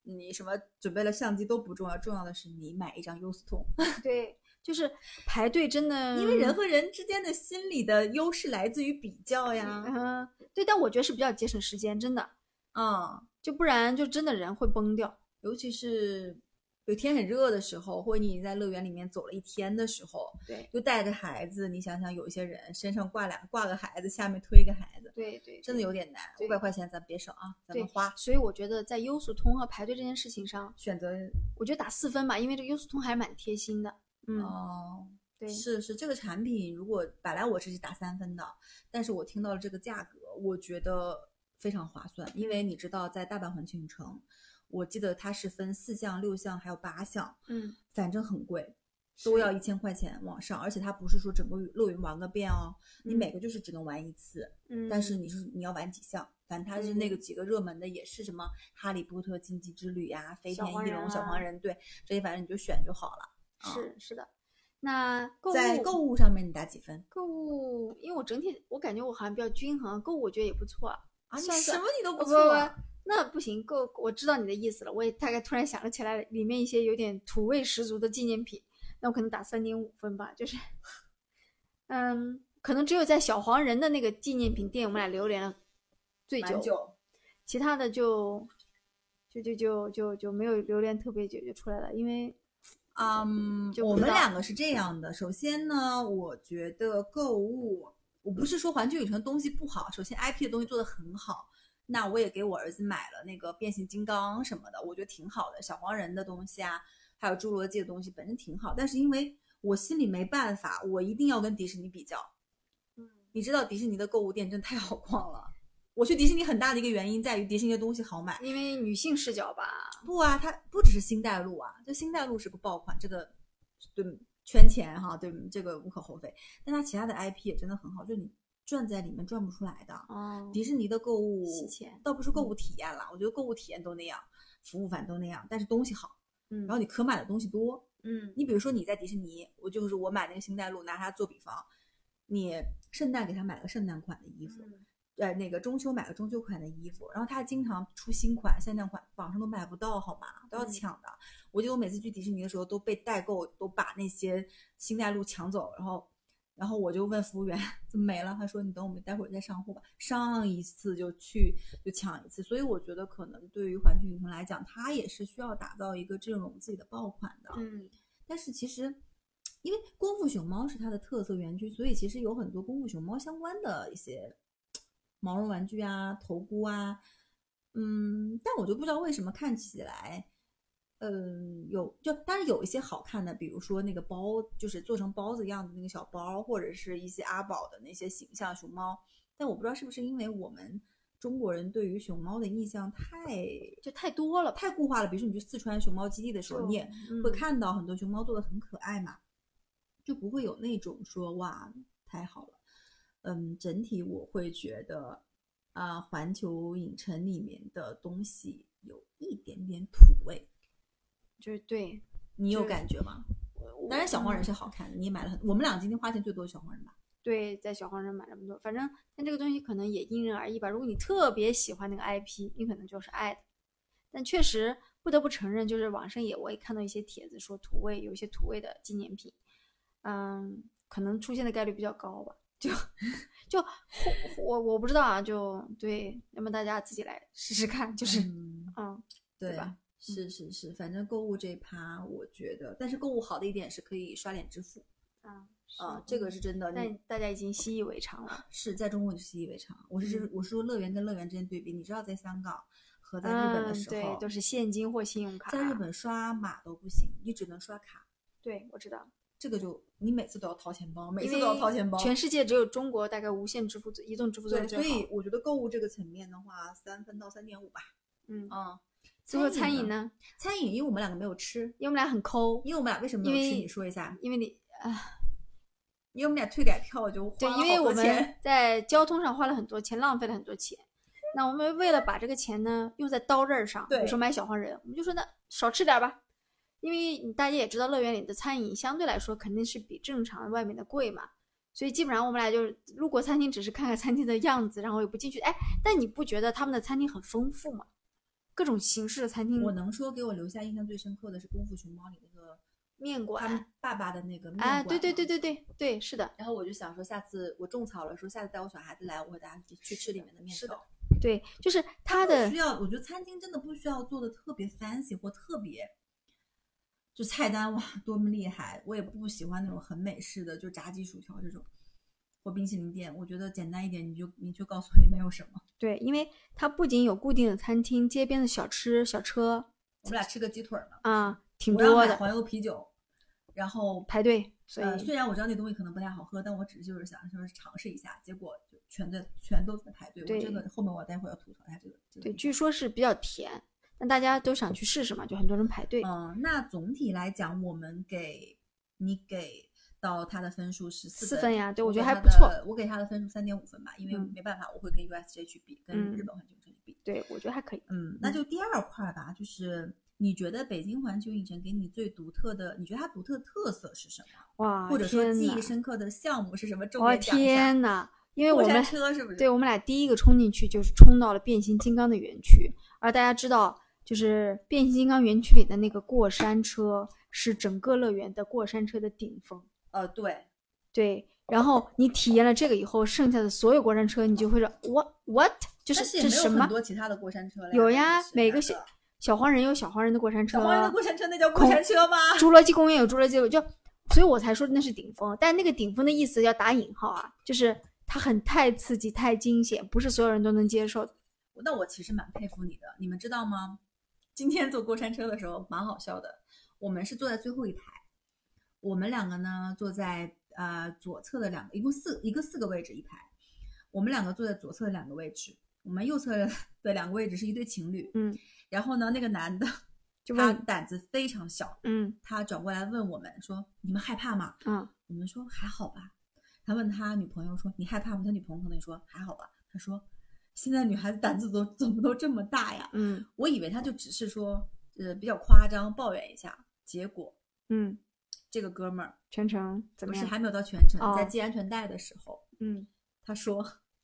Speaker 2: 你什么准备了相机都不重要，重要的是你买一张优速通，
Speaker 1: 对，就是排队真的，
Speaker 2: 因为人和人之间的心理的优势来自于比较呀。
Speaker 1: 嗯、对，但我觉得是比较节省时间，真的，
Speaker 2: 嗯，
Speaker 1: 就不然就真的人会崩掉。
Speaker 2: 尤其是有天很热的时候，或者你在乐园里面走了一天的时候，
Speaker 1: 对，
Speaker 2: 就带着孩子，你想想，有一些人身上挂两挂个孩子，下面推个孩子。
Speaker 1: 对对，
Speaker 2: 真的有点难，
Speaker 1: 对
Speaker 2: 五百块钱咱别省啊，咱
Speaker 1: 对
Speaker 2: 们花
Speaker 1: 所以我觉得在优速通和排队这件事情上，
Speaker 2: 选择
Speaker 1: 我觉得打四分吧，因为这个优速通还是蛮贴心的。嗯，
Speaker 2: 哦，
Speaker 1: 对，
Speaker 2: 是是这个产品，如果本来我是打三分的，但是我听到了这个价格，我觉得非常划算，因为你知道在大阪环球影城，我记得它是分四项、六项还有八项，
Speaker 1: 嗯，
Speaker 2: 反正很贵。都
Speaker 1: 是
Speaker 2: 要一千块钱往上，而且它不是说整个乐园玩个遍哦，你
Speaker 1: 嗯
Speaker 2: 每个就是只能玩一次，
Speaker 1: 嗯，
Speaker 2: 但是你是你要玩几项，反正它是那
Speaker 1: 嗯
Speaker 2: 个几个热门的，也是什么《哈利波特禁忌之旅》呀、飞
Speaker 1: 小
Speaker 2: 天
Speaker 1: 黄
Speaker 2: 翼
Speaker 1: 人
Speaker 2: 龙》、小
Speaker 1: 啊
Speaker 2: 黄人，对，这些反正你就选就好了。啊
Speaker 1: 是是的，那购物
Speaker 2: 在购物上面你打几分
Speaker 1: 购物，因为我整体我感觉我好像比较均衡，购物我觉得也不错。
Speaker 2: 啊？你
Speaker 1: 算
Speaker 2: 什
Speaker 1: 算
Speaker 2: 么你都
Speaker 1: 不
Speaker 2: 不错啊，
Speaker 1: 不那不行，购我知道你的意思了，我也大概突然想了起来，里面一些有点土味十足的纪念品，那我可能打三点五分吧，就是，嗯，可能只有在小黄人的那个纪念品店，我们俩流连了最
Speaker 2: 蛮
Speaker 1: 久，
Speaker 2: 久
Speaker 1: 其他的就就就就就就没有榴莲特别久就出来了，因为
Speaker 2: 嗯
Speaker 1: 就
Speaker 2: 我
Speaker 1: 不
Speaker 2: 们
Speaker 1: 到
Speaker 2: 两个是这样的。首先呢，我觉得购物，我不是说环球影城东西不好，首先 IP 的东西做得很好。那我也给我儿子买了那个变形金刚什么的，我觉得挺好的。小黄人的东西啊，还有侏罗纪的东西，本身挺好。但是因为我心里没办法，我一定要跟迪士尼比较。
Speaker 1: 嗯
Speaker 2: 你知道迪士尼的购物店真的太好逛了。我去迪士尼很大的一个原因在于迪士尼的东西好买。
Speaker 1: 因为女性视角吧，
Speaker 2: 不啊，它不只是新带路啊，就新带路是不爆款，这个对圈钱哈，对这个无可厚非。但它其他的 IP 也真的很好，就你赚在里面赚不出来的。
Speaker 1: 哦
Speaker 2: 迪士尼的购物
Speaker 1: 洗钱嗯
Speaker 2: 倒不是购物体验啦，我觉得购物体验都那样，服务反正都那样，但是东西好，
Speaker 1: 嗯
Speaker 2: 然后你可买的东西多，
Speaker 1: 嗯
Speaker 2: 你比如说你在迪士尼，我就是我买那个星黛露，拿它做比方，你圣诞给他买了个圣诞款的衣服，
Speaker 1: 嗯
Speaker 2: 呃，那个中秋买了中秋款的衣服，然后它经常出新款、限量款，网上都买不到，好吗？都要
Speaker 1: 嗯
Speaker 2: 抢的。我记得我每次去迪士尼的时候，都被代购都把那些星黛露抢走，然后。然后我就问服务员怎么没了，他说你等我们待会儿再上货吧。上一次就去就抢一次，所以我觉得可能对于环球影城来讲，它也是需要打造一个这种自己的爆款的。
Speaker 1: 嗯
Speaker 2: 但是其实，因为功夫熊猫是它的特色园区，所以其实有很多功夫熊猫相关的一些毛绒玩具啊、头箍啊，嗯，但我就不知道为什么看起来，嗯，有就当然有一些好看的，比如说那个包，就是做成包子样子那个小包，或者是一些阿宝的那些形象熊猫，但我不知道是不是因为我们中国人对于熊猫的印象太
Speaker 1: 就太多了吧，
Speaker 2: 太固化了，比如说你去四川熊猫基地的时候，
Speaker 1: 就
Speaker 2: 你也会
Speaker 1: 嗯
Speaker 2: 看到很多熊猫做的很可爱嘛，就不会有那种说哇太好了。嗯，整体我会觉得啊、环球影城里面的东西有一点点土味，
Speaker 1: 就是对，
Speaker 2: 你有
Speaker 1: 对
Speaker 2: 感觉吗？
Speaker 1: 我
Speaker 2: 当然，小黄人
Speaker 1: 嗯
Speaker 2: 是好看的，你也买了很。我们俩今天花钱最多的小黄人吧，
Speaker 1: 对，在小黄人买这么多，反正但这个东西可能也因人而异吧。如果你特别喜欢那个 IP，你可能就是爱的。但确实不得不承认，就是网上也我也看到一些帖子说土味，有一些土味的纪念品，嗯，可能出现的概率比较高吧。 就就我我不知道啊，就对，那么大家自己来试试看，就是
Speaker 2: 嗯
Speaker 1: 嗯，对
Speaker 2: 对
Speaker 1: 吧？
Speaker 2: 是是是，反正购物这一趴，我觉得，但是购物好的一点是可以刷脸支付，
Speaker 1: 嗯，
Speaker 2: 啊，这个是真的。
Speaker 1: 但大家已经习以为常了。
Speaker 2: 是在中国你是习以为常。我
Speaker 1: 嗯
Speaker 2: 是我是说乐园跟乐园之间对比，你知道在香港和在日本的时
Speaker 1: 嗯、
Speaker 2: 候
Speaker 1: 对，，都是现金或信用卡。啊
Speaker 2: 在日，本刷码都不行，你只能刷卡。
Speaker 1: 对我知道，
Speaker 2: 这个就你每次都要掏钱包，每
Speaker 1: 因
Speaker 2: 次
Speaker 1: 为
Speaker 2: 都要掏钱包。
Speaker 1: 全世界只有中国大概无线支付最、移动支付做
Speaker 2: 对，
Speaker 1: 的最
Speaker 2: 所
Speaker 1: 好。
Speaker 2: 以，我觉得购物这个层面的话，三分到三点五吧。
Speaker 1: 嗯，
Speaker 2: 嗯，
Speaker 1: 最后餐饮
Speaker 2: 呢？
Speaker 1: 呢？
Speaker 2: 餐饮，因为我们两个没有吃，
Speaker 1: 因为我们俩很抠，
Speaker 2: 因为我们俩为什么没有
Speaker 1: 因
Speaker 2: 吃？
Speaker 1: 为
Speaker 2: 你说一下，
Speaker 1: 因为你啊，
Speaker 2: 因为我们俩退改票就花
Speaker 1: 对，
Speaker 2: 了
Speaker 1: 因为
Speaker 2: 好
Speaker 1: 我
Speaker 2: 多钱
Speaker 1: 们嗯在交通上花了很多钱，浪费了很多钱。那我们为了把这个钱呢用在刀刃上，比
Speaker 2: 对
Speaker 1: 如说买小黄人，我们就说那少吃点儿吧，因为你大家也知道乐园里的餐饮相对来说肯定是比正常外面的贵嘛，所以基本上我们俩就是路过餐厅只是看看餐厅的样子，然后也不进去。哎，但你不觉得他们的餐厅很丰富吗？各种形式的餐厅，
Speaker 2: 我能说给我留下印象最深刻的是《功夫熊猫》里那个
Speaker 1: 面
Speaker 2: 他们
Speaker 1: 馆，
Speaker 2: 爸爸的那个面馆。
Speaker 1: 哎，对对对。对对对，是的，
Speaker 2: 然后我就想说，下次我种草了，说下次带我小孩子来，我带他去去吃里面的面
Speaker 1: 是的
Speaker 2: 条。
Speaker 1: 对，就是它
Speaker 2: 不
Speaker 1: 的
Speaker 2: 需要，我觉得餐厅真的不需要做的特别 fancy 或特别，就菜单哇多么厉害。我也不喜欢那种很美式的，就炸鸡、薯条这种，或冰淇淋店。我觉得简单一点，你就你就告诉我里面有什么。
Speaker 1: 对，因为它不仅有固定的餐厅、街边的小吃、小车
Speaker 2: 我们俩吃个鸡腿儿嘛，
Speaker 1: 啊、挺
Speaker 2: 我要
Speaker 1: 多
Speaker 2: 买
Speaker 1: 的
Speaker 2: 黄油啤酒，然后
Speaker 1: 排队，所以、
Speaker 2: 呃，虽然我知道那东西可能不太好喝，但我只是就是想说是尝试一下，结果就全在全都在排队。我
Speaker 1: 对
Speaker 2: 这个后面我待会儿要吐槽一下这个。这个
Speaker 1: 对，
Speaker 2: 地
Speaker 1: 据说是比较甜，但大家都想去试试嘛，就很多人排队。
Speaker 2: 方嗯，那总体来讲，我们给你给到他的分数是
Speaker 1: 四
Speaker 2: 四
Speaker 1: 分呀，对我觉得
Speaker 2: 给
Speaker 1: 还
Speaker 2: 他
Speaker 1: 不错，
Speaker 2: 的我给他的分数三点五分吧，因为
Speaker 1: 嗯
Speaker 2: 没办法，我会跟 USJ 去比，跟
Speaker 1: 嗯
Speaker 2: 日本环球影城去比。
Speaker 1: 对我觉得还可以。
Speaker 2: 嗯，那就第二块儿吧，就是你觉得北京环球影城给你最独特的，你觉得它独特的特色是什么？
Speaker 1: 哇，
Speaker 2: 或者说
Speaker 1: 啊天
Speaker 2: 记
Speaker 1: 呐
Speaker 2: 忆深刻的项目是什么？重
Speaker 1: 哇
Speaker 2: 点讲一下。
Speaker 1: 天呐，因为
Speaker 2: 过
Speaker 1: 我
Speaker 2: 山
Speaker 1: 们
Speaker 2: 车是不是？
Speaker 1: 对我们俩第一个冲进去就是冲到了变形金刚的园区，而大家知道，就是变形金刚园区里的那个过山车是整个乐园的过山车的顶峰。
Speaker 2: 呃，对，
Speaker 1: 对，然后你体验了这个以后，剩下的所有过山车，你就会说 what what，就
Speaker 2: 但
Speaker 1: 是
Speaker 2: 也
Speaker 1: 这
Speaker 2: 没有
Speaker 1: 什
Speaker 2: 很
Speaker 1: 么？
Speaker 2: 多其他的过山车了
Speaker 1: 有呀，每个小
Speaker 2: 小
Speaker 1: 小黄人有小黄人的过山车
Speaker 2: 小，黄人的过山车，那叫过山车吗？
Speaker 1: 侏罗纪公园有侏罗纪，就所以我才说那是顶峰，但那个顶峰的意思要打引号啊，就是它很太刺激、太惊险，不是所有人都能接受的。
Speaker 2: 那我其实蛮佩服你的，你们知道吗？今天坐过山车的时候蛮好笑的，我们是坐在最后一排，我们两个呢坐在呃左侧的两个，一共四一个四个位置一排，我们两个坐在左侧的两个位置，我们右侧的两个位置是一对情侣，
Speaker 1: 嗯，
Speaker 2: 然后呢那个男的
Speaker 1: 就
Speaker 2: 他
Speaker 1: 问，
Speaker 2: 胆子非常小，
Speaker 1: 嗯
Speaker 2: 他转过来问我们说你们害怕吗？
Speaker 1: 嗯，
Speaker 2: 我们说还好吧。他问他女朋友说：“你害怕吗？”他女朋友可能也说：“还好吧。”他说：“现在女孩子胆子都怎么都这么大呀
Speaker 1: 嗯？”
Speaker 2: 我以为他就只是说，呃，比较夸张，抱怨一下。结果
Speaker 1: 嗯，
Speaker 2: 这个哥们儿
Speaker 1: 全程怎么
Speaker 2: 不是
Speaker 1: 样？
Speaker 2: 还没有到全程，在
Speaker 1: 哦
Speaker 2: 系安全带的时候，
Speaker 1: 嗯
Speaker 2: 他说：“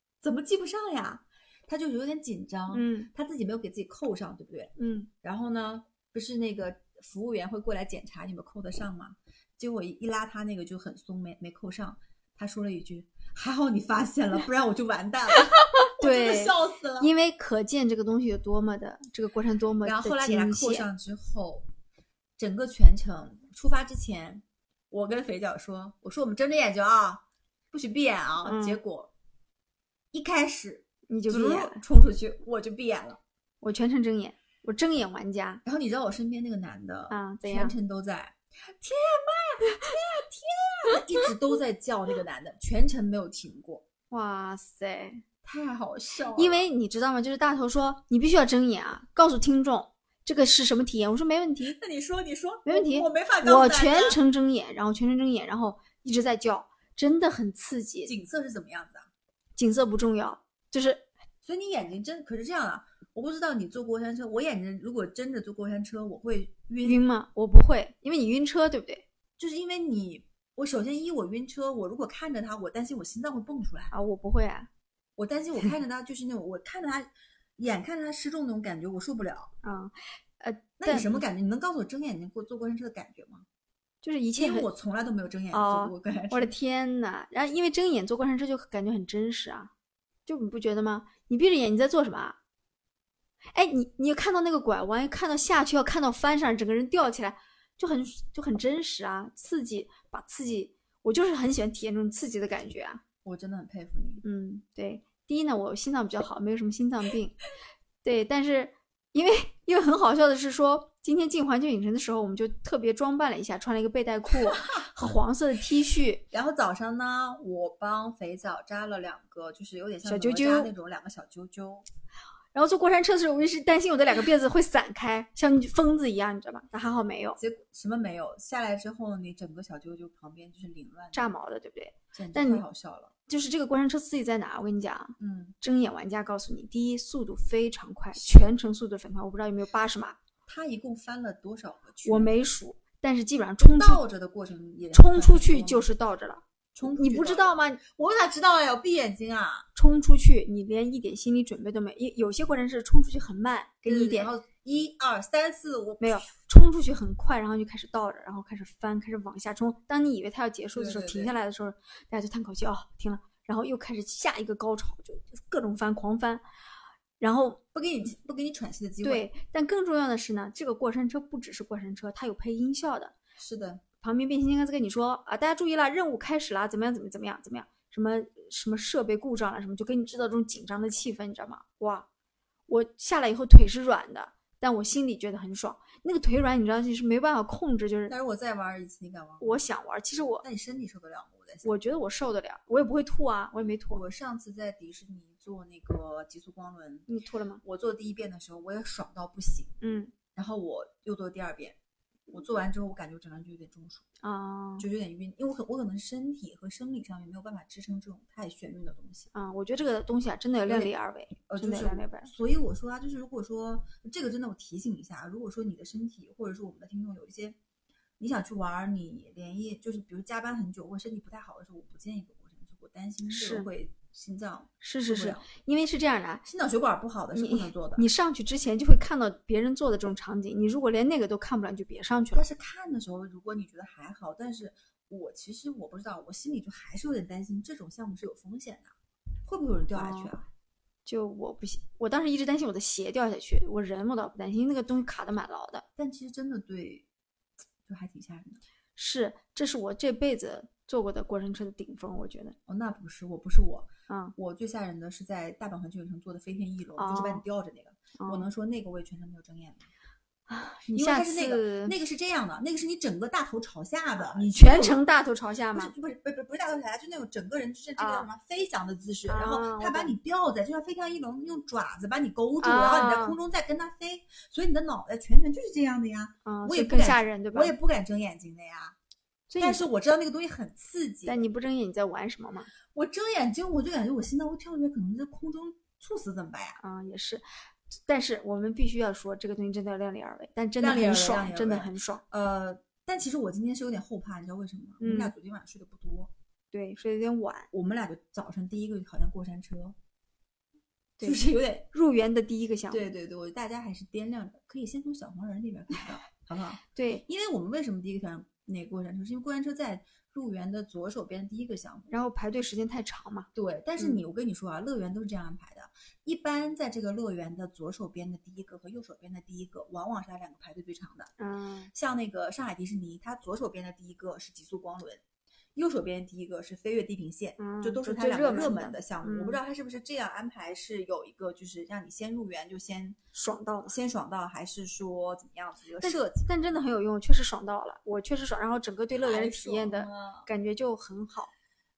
Speaker 2: 怎么系不上呀？”他就有点紧张，
Speaker 1: 嗯
Speaker 2: 他自己没有给自己扣上，对不对？
Speaker 1: 嗯，
Speaker 2: 然后呢，不是那个服务员会过来检查你们扣得上吗？结果一一拉他那个就很松，没没扣上。他说了一句：“还好你发现了，不然我就完蛋了。” 我真的
Speaker 1: 对
Speaker 2: 笑死了。
Speaker 1: 嗯因为可见这个东西有多么的这个过程多么的
Speaker 2: 然
Speaker 1: 惊
Speaker 2: 后
Speaker 1: 险。
Speaker 2: 后来给他扣上之后，整个全程出发之前，我跟肥脚说：“我说我们睁着眼睛啊，不许闭眼啊。
Speaker 1: 嗯
Speaker 2: 结果一开始
Speaker 1: 你就
Speaker 2: 足
Speaker 1: 闭眼了，
Speaker 2: 冲出去，我就闭眼了。
Speaker 1: 我全程睁眼，我睁眼玩家。
Speaker 2: 然后你知道我身边那个男的
Speaker 1: 啊怎
Speaker 2: 全
Speaker 1: 样
Speaker 2: 程都在天啊呐，天呐，天呐，一直都在叫那个男的，全程没有停过，
Speaker 1: 哇塞！
Speaker 2: 太好笑了。
Speaker 1: 因为你知道吗？就是大头说你必须要睁眼啊，告诉听众这个是什么体验。我说没问题，
Speaker 2: 那你说，你说，
Speaker 1: 没问题
Speaker 2: 我我没法告诉
Speaker 1: 我
Speaker 2: 大
Speaker 1: 全
Speaker 2: 家
Speaker 1: 程睁眼，然后全程睁眼，然后一直在叫，真的很刺激。
Speaker 2: 景色是怎么样子啊？
Speaker 1: 景色不重要，就是
Speaker 2: 所以你眼睛真可是这样啊，我不知道你坐过山车，我眼睛如果真的坐过山车，我会晕，
Speaker 1: 晕吗？我不会，因为你晕车，对不对？
Speaker 2: 就是因为你，我首先一我晕车，我如果看着他，我担心我心脏会蹦出来，
Speaker 1: 啊，我不会啊，
Speaker 2: 我担心我看着他就是那种我看着他，眼看着他失重那种感觉，我受不了。
Speaker 1: 啊、呃，
Speaker 2: 那你
Speaker 1: 但
Speaker 2: 什么感觉？你能告诉我睁眼睛过坐过山车的感觉吗？
Speaker 1: 就是一切
Speaker 2: 因为
Speaker 1: 很，
Speaker 2: 我从来都没有睁眼睛坐
Speaker 1: 哦
Speaker 2: 过过山车。
Speaker 1: 我的天呐！然后因为睁眼坐过山车就感觉很真实啊，就你不觉得吗？你闭着眼你在做什么啊？哎，你你看到那个拐弯，看到下去，要看到翻上，整个人吊起来，就很就很真实啊，刺激，把刺激。我就是很喜欢体验这种刺激的感觉啊。
Speaker 2: 我真的很佩服你。
Speaker 1: 嗯，对，第一呢，我心脏比较好，没有什么心脏病。对，但是因为因为很好笑的是说，今天进环球影城的时候，我们就特别装扮了一下，穿了一个背带裤和黄色的 T 恤。
Speaker 2: 然后早上呢，我帮肥皂扎了两个，就是有点像
Speaker 1: 小
Speaker 2: 哪
Speaker 1: 揪
Speaker 2: 吒
Speaker 1: 揪
Speaker 2: 那种两个小揪揪。
Speaker 1: 然后坐过山车的时候，我一直担心我的两个辫子会散开，像疯子一样，你知道吧？但还好没有，
Speaker 2: 结果什么没有，下来之后你整个小揪揪旁边就是凌乱的，
Speaker 1: 炸毛的，对不对？
Speaker 2: 简
Speaker 1: 但
Speaker 2: 直太
Speaker 1: 你
Speaker 2: 好笑了。
Speaker 1: 就是这个过山车刺激在哪？我跟你讲，
Speaker 2: 嗯，
Speaker 1: 睁眼玩家告诉你，第一，速度非常快，全程速度非常快，我不知道有没有八十码，
Speaker 2: 他一共翻了多少个圈？
Speaker 1: 我没数，但是基本上冲出
Speaker 2: 倒着的过程也
Speaker 1: 冲出
Speaker 2: 很
Speaker 1: 去
Speaker 2: 多
Speaker 1: 就
Speaker 2: 吗
Speaker 1: 是倒着了，
Speaker 2: 冲出
Speaker 1: 你
Speaker 2: 去
Speaker 1: 不知
Speaker 2: 倒着
Speaker 1: 道吗？
Speaker 2: 我哪知道呀？我闭眼睛啊，
Speaker 1: 冲出去，你连一点心理准备都没。有。有些过程是冲出去很慢，给你一
Speaker 2: 嗯
Speaker 1: 点
Speaker 2: 然后一二三四五
Speaker 1: 没 有，冲出去很快，然后就开始倒着，然后开始翻，开始往下冲。当你以为它要结束的时候，
Speaker 2: 对对对
Speaker 1: 停下来的时候，大家就叹口气，哦，停了，然后又开始下一个高潮，就就各种翻，狂翻。然后
Speaker 2: 不给你不给你喘息的机会。，
Speaker 1: 对，但更重要的是呢，这个过山车不只是过山车，它有配音效的。
Speaker 2: 是的，
Speaker 1: 旁边变形金刚在跟你说啊，大家注意啦，任务开始啦，怎么样，怎么怎么样，怎么样，什么什么设备故障了，什么就给你制造这种紧张的气氛，你知道吗？哇，我下来以后腿是软的，但我心里觉得很爽。那个腿软，你知道你是没办法控制，就是
Speaker 2: 但是我再玩一次，你敢玩吗？
Speaker 1: 我想玩，其实我
Speaker 2: 那你身体受得了吗？我在想，
Speaker 1: 我觉得我受得了，我也不会吐啊，我也没吐。
Speaker 2: 我上次在迪士尼坐那个极速光轮，
Speaker 1: 你吐了吗？
Speaker 2: 我坐第一遍的时候我也爽到不行，
Speaker 1: 嗯
Speaker 2: 然后我又坐第二遍，我做完之后我感觉我整个人就有点中暑，
Speaker 1: 啊
Speaker 2: 就有点晕，因为我可我可能身体和生理上面没有办法支撑这种太眩晕的东西。
Speaker 1: 啊，我觉得这个东西啊，真的有量力而为，
Speaker 2: 呃，
Speaker 1: 真
Speaker 2: 就
Speaker 1: 的有
Speaker 2: 是
Speaker 1: 量力而为。
Speaker 2: 所以我说啊，就是如果说这个真的，我提醒一下，啊如果说你的身体或者是我们的听众有一些你想去玩儿，你连夜就是比如加班很久或者身体不太好的时候，我不建议做过程，就我担心这
Speaker 1: 是
Speaker 2: 个会心脏
Speaker 1: 是
Speaker 2: 受
Speaker 1: 是
Speaker 2: 不
Speaker 1: 是
Speaker 2: 了，
Speaker 1: 因为是这样的啊，
Speaker 2: 心脑血管不好的是不
Speaker 1: 你
Speaker 2: 能做的。
Speaker 1: 你上去之前就会看到别人做的这种场景，你如果连那个都看不了，你就别上去了
Speaker 2: 但。是看的时候，如果你觉得还好，但是我其实我不知道，我心里就还是有点担心，这种项目是有风险的，会不会有人掉下去啊？
Speaker 1: 就我不行，我当时一直担心我的鞋掉下去，我人我倒不担心，因为那个东西卡的蛮牢的。
Speaker 2: 但其实真的对，就还挺吓人的。
Speaker 1: 是，这是我这辈子坐过的过山车的顶峰，我觉得。
Speaker 2: 哦，那不是我，不是我，
Speaker 1: 啊、
Speaker 2: 我最吓人的是在大阪环球影城坐的飞天翼龙，就是把你
Speaker 1: 哦
Speaker 2: 吊着那个。
Speaker 1: 嗯，
Speaker 2: 我能说那个我也全程没有睁眼吗？
Speaker 1: 啊，你
Speaker 2: 因为它
Speaker 1: 下
Speaker 2: 是
Speaker 1: 次
Speaker 2: 那个那个是这样的，那个是你整个大头朝下的，你
Speaker 1: 全
Speaker 2: 就
Speaker 1: 程大头朝下
Speaker 2: 不是
Speaker 1: 吗？
Speaker 2: 不是不是不是大头朝下，就那种整个人就是这个
Speaker 1: 啊
Speaker 2: 叫什么飞翔的姿势，然
Speaker 1: 啊
Speaker 2: 后
Speaker 1: 我
Speaker 2: 它把
Speaker 1: 懂
Speaker 2: 你吊在，就像飞翔翼龙用爪子把你勾住，
Speaker 1: 啊
Speaker 2: 然后你在空中再跟它飞，所以你的脑袋全程就是这样的呀，
Speaker 1: 啊，
Speaker 2: 我
Speaker 1: 所
Speaker 2: 也
Speaker 1: 以
Speaker 2: 不
Speaker 1: 更
Speaker 2: 敢
Speaker 1: 吓人，对吧？
Speaker 2: 我也不敢睁眼睛的呀。
Speaker 1: 所以
Speaker 2: 但
Speaker 1: 你
Speaker 2: 是我知道那个东西很刺激，
Speaker 1: 但你不睁眼你在玩什么嘛？
Speaker 2: 我睁眼睛我就感觉我心脏会跳出来，可能在空中猝死怎么办呀？
Speaker 1: 啊，也是。但是我们必须要说，这个东西真的要量力而为，但真的
Speaker 2: 量力而
Speaker 1: 很
Speaker 2: 为量
Speaker 1: 爽，
Speaker 2: 力而
Speaker 1: 真的
Speaker 2: 为
Speaker 1: 很爽。
Speaker 2: 呃，但其实我今天是有点后怕，你知道为什么吗？我们
Speaker 1: 嗯
Speaker 2: 俩昨天晚上睡得不多，
Speaker 1: 对，睡得有点晚，
Speaker 2: 我们俩就早上第一个好像过山车，
Speaker 1: 对
Speaker 2: 就是有点。
Speaker 1: 入园的第一个项目。
Speaker 2: 对对对，我觉得大家还是掂量着，可以先从小黄人那边开始搞，好不好？
Speaker 1: 对，
Speaker 2: 因为我们为什么第一个挑战那个过山车，是因为过山车在入园的左手边第一个项目。
Speaker 1: 然后排队时间太长嘛。
Speaker 2: 对，但是
Speaker 1: 嗯
Speaker 2: 你、我跟你说啊，乐园都是这样安排的。一般在这个乐园的左手边的第一个和右手边的第一个，往往是它两个排队最长的。
Speaker 1: 嗯，
Speaker 2: 像那个上海迪士尼，它左手边的第一个是极速光轮，右手边第一个是飞越地平线，
Speaker 1: 嗯
Speaker 2: 就都是
Speaker 1: 就
Speaker 2: 它
Speaker 1: 最
Speaker 2: 两个
Speaker 1: 热
Speaker 2: 热
Speaker 1: 门
Speaker 2: 门
Speaker 1: 的
Speaker 2: 的项目。我不
Speaker 1: 嗯
Speaker 2: 知道它是不是这样安排，是有一个就是让你先入园就先
Speaker 1: 爽到了。
Speaker 2: 先爽到，还是说怎么样子一个
Speaker 1: 但
Speaker 2: 设计？
Speaker 1: 但真的很有用，确实爽到了，我确实爽，然后整个对乐园的
Speaker 2: 太
Speaker 1: 体验
Speaker 2: 爽
Speaker 1: 的
Speaker 2: 了
Speaker 1: 感觉就很好，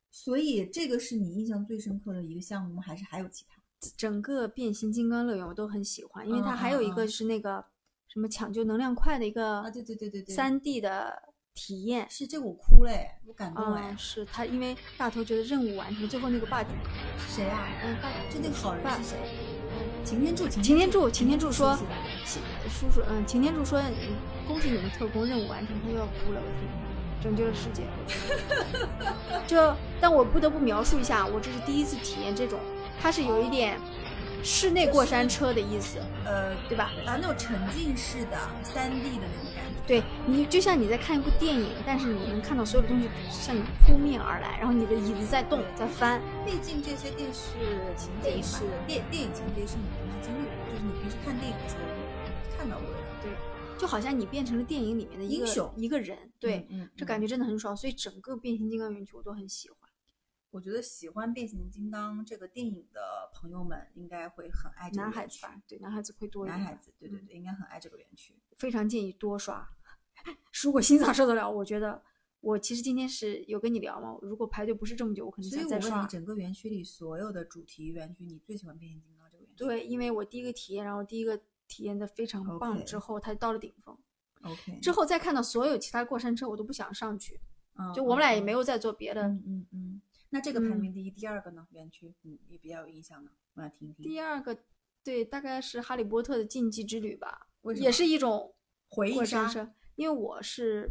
Speaker 2: 所以这个是你印象最深刻的一个项目吗？还是还有其他？
Speaker 1: 整个变形金刚乐园我都很喜欢，因为它
Speaker 2: 嗯
Speaker 1: 还有一
Speaker 2: 嗯
Speaker 1: 个
Speaker 2: 嗯
Speaker 1: 是那个什么抢救能量块的一
Speaker 2: 啊，
Speaker 1: 个
Speaker 2: 对对对对对，
Speaker 1: 三 D 的体验。
Speaker 2: 是这个我哭嘞，我感动
Speaker 1: 啊、
Speaker 2: 哎，
Speaker 1: 是他，因为大头觉得任务完成，最后那个霸主，
Speaker 2: 是谁啊？
Speaker 1: 嗯，霸
Speaker 2: 就那个好人
Speaker 1: 爸
Speaker 2: 是谁？擎天柱，
Speaker 1: 擎天柱，擎天柱说
Speaker 2: 是吧，
Speaker 1: 是叔叔，嗯，擎天柱说，嗯恭喜你们特工任务完成，他又要哭了，我天，拯救了世界。 就，但我不得不描述一下，我这是第一次体验这种，它是有一点室内过山车的意思，
Speaker 2: 呃，
Speaker 1: 对吧？
Speaker 2: 啊，那种沉浸式的三 D 的那种感觉。
Speaker 1: 对你就像你在看一部电影，但是你能看到所有的东西向你扑面而来，然后你的椅子在动，在翻，
Speaker 2: 毕竟这些电视情
Speaker 1: 电
Speaker 2: 节
Speaker 1: 影
Speaker 2: 是
Speaker 1: 版
Speaker 2: 电电影情节是你平时经历过，就是你平时看电影的时候看到过的。
Speaker 1: 对，就好像你变成了电影里面的一个
Speaker 2: 英雄
Speaker 1: 一个人，对，
Speaker 2: 嗯，嗯
Speaker 1: 这感觉真的很爽。所以整个变形金刚园区我都很喜欢。
Speaker 2: 我觉得喜欢变形金刚这个电影的朋友们应该会很爱这个
Speaker 1: 男
Speaker 2: 园
Speaker 1: 孩子
Speaker 2: 区
Speaker 1: 吧，对，男孩子会多一点，嗯
Speaker 2: 男孩子，对对对，应该很爱这个园区。
Speaker 1: 非常建议多刷。 如果心脏受得了，我觉得我其实今天是有跟你聊嘛，如果排队不是这么久，我可能
Speaker 2: 所以
Speaker 1: 想
Speaker 2: 我
Speaker 1: 再
Speaker 2: 问你，
Speaker 1: 刷。
Speaker 2: 整个园区里所有的主题园区，你最喜欢变形金刚这个园区？
Speaker 1: 对，因为我第一个体验，然后第一个体验的非常棒
Speaker 2: OK 嗯
Speaker 1: 之后它到了顶峰，
Speaker 2: ，OK，
Speaker 1: 之后再看到所有其他过山车，我都不想上去。就我们俩也没有再做别的。
Speaker 2: 嗯嗯嗯。那这个排
Speaker 1: 嗯
Speaker 2: 名第一、第二个呢？园区你你比较有印象的，我想听一听。
Speaker 1: 第二个，对，大概是《哈利波特》的禁忌之旅吧，
Speaker 2: 为什
Speaker 1: 也
Speaker 2: 么
Speaker 1: 是一种
Speaker 2: 回忆
Speaker 1: 过山
Speaker 2: 杀
Speaker 1: 车。因为我是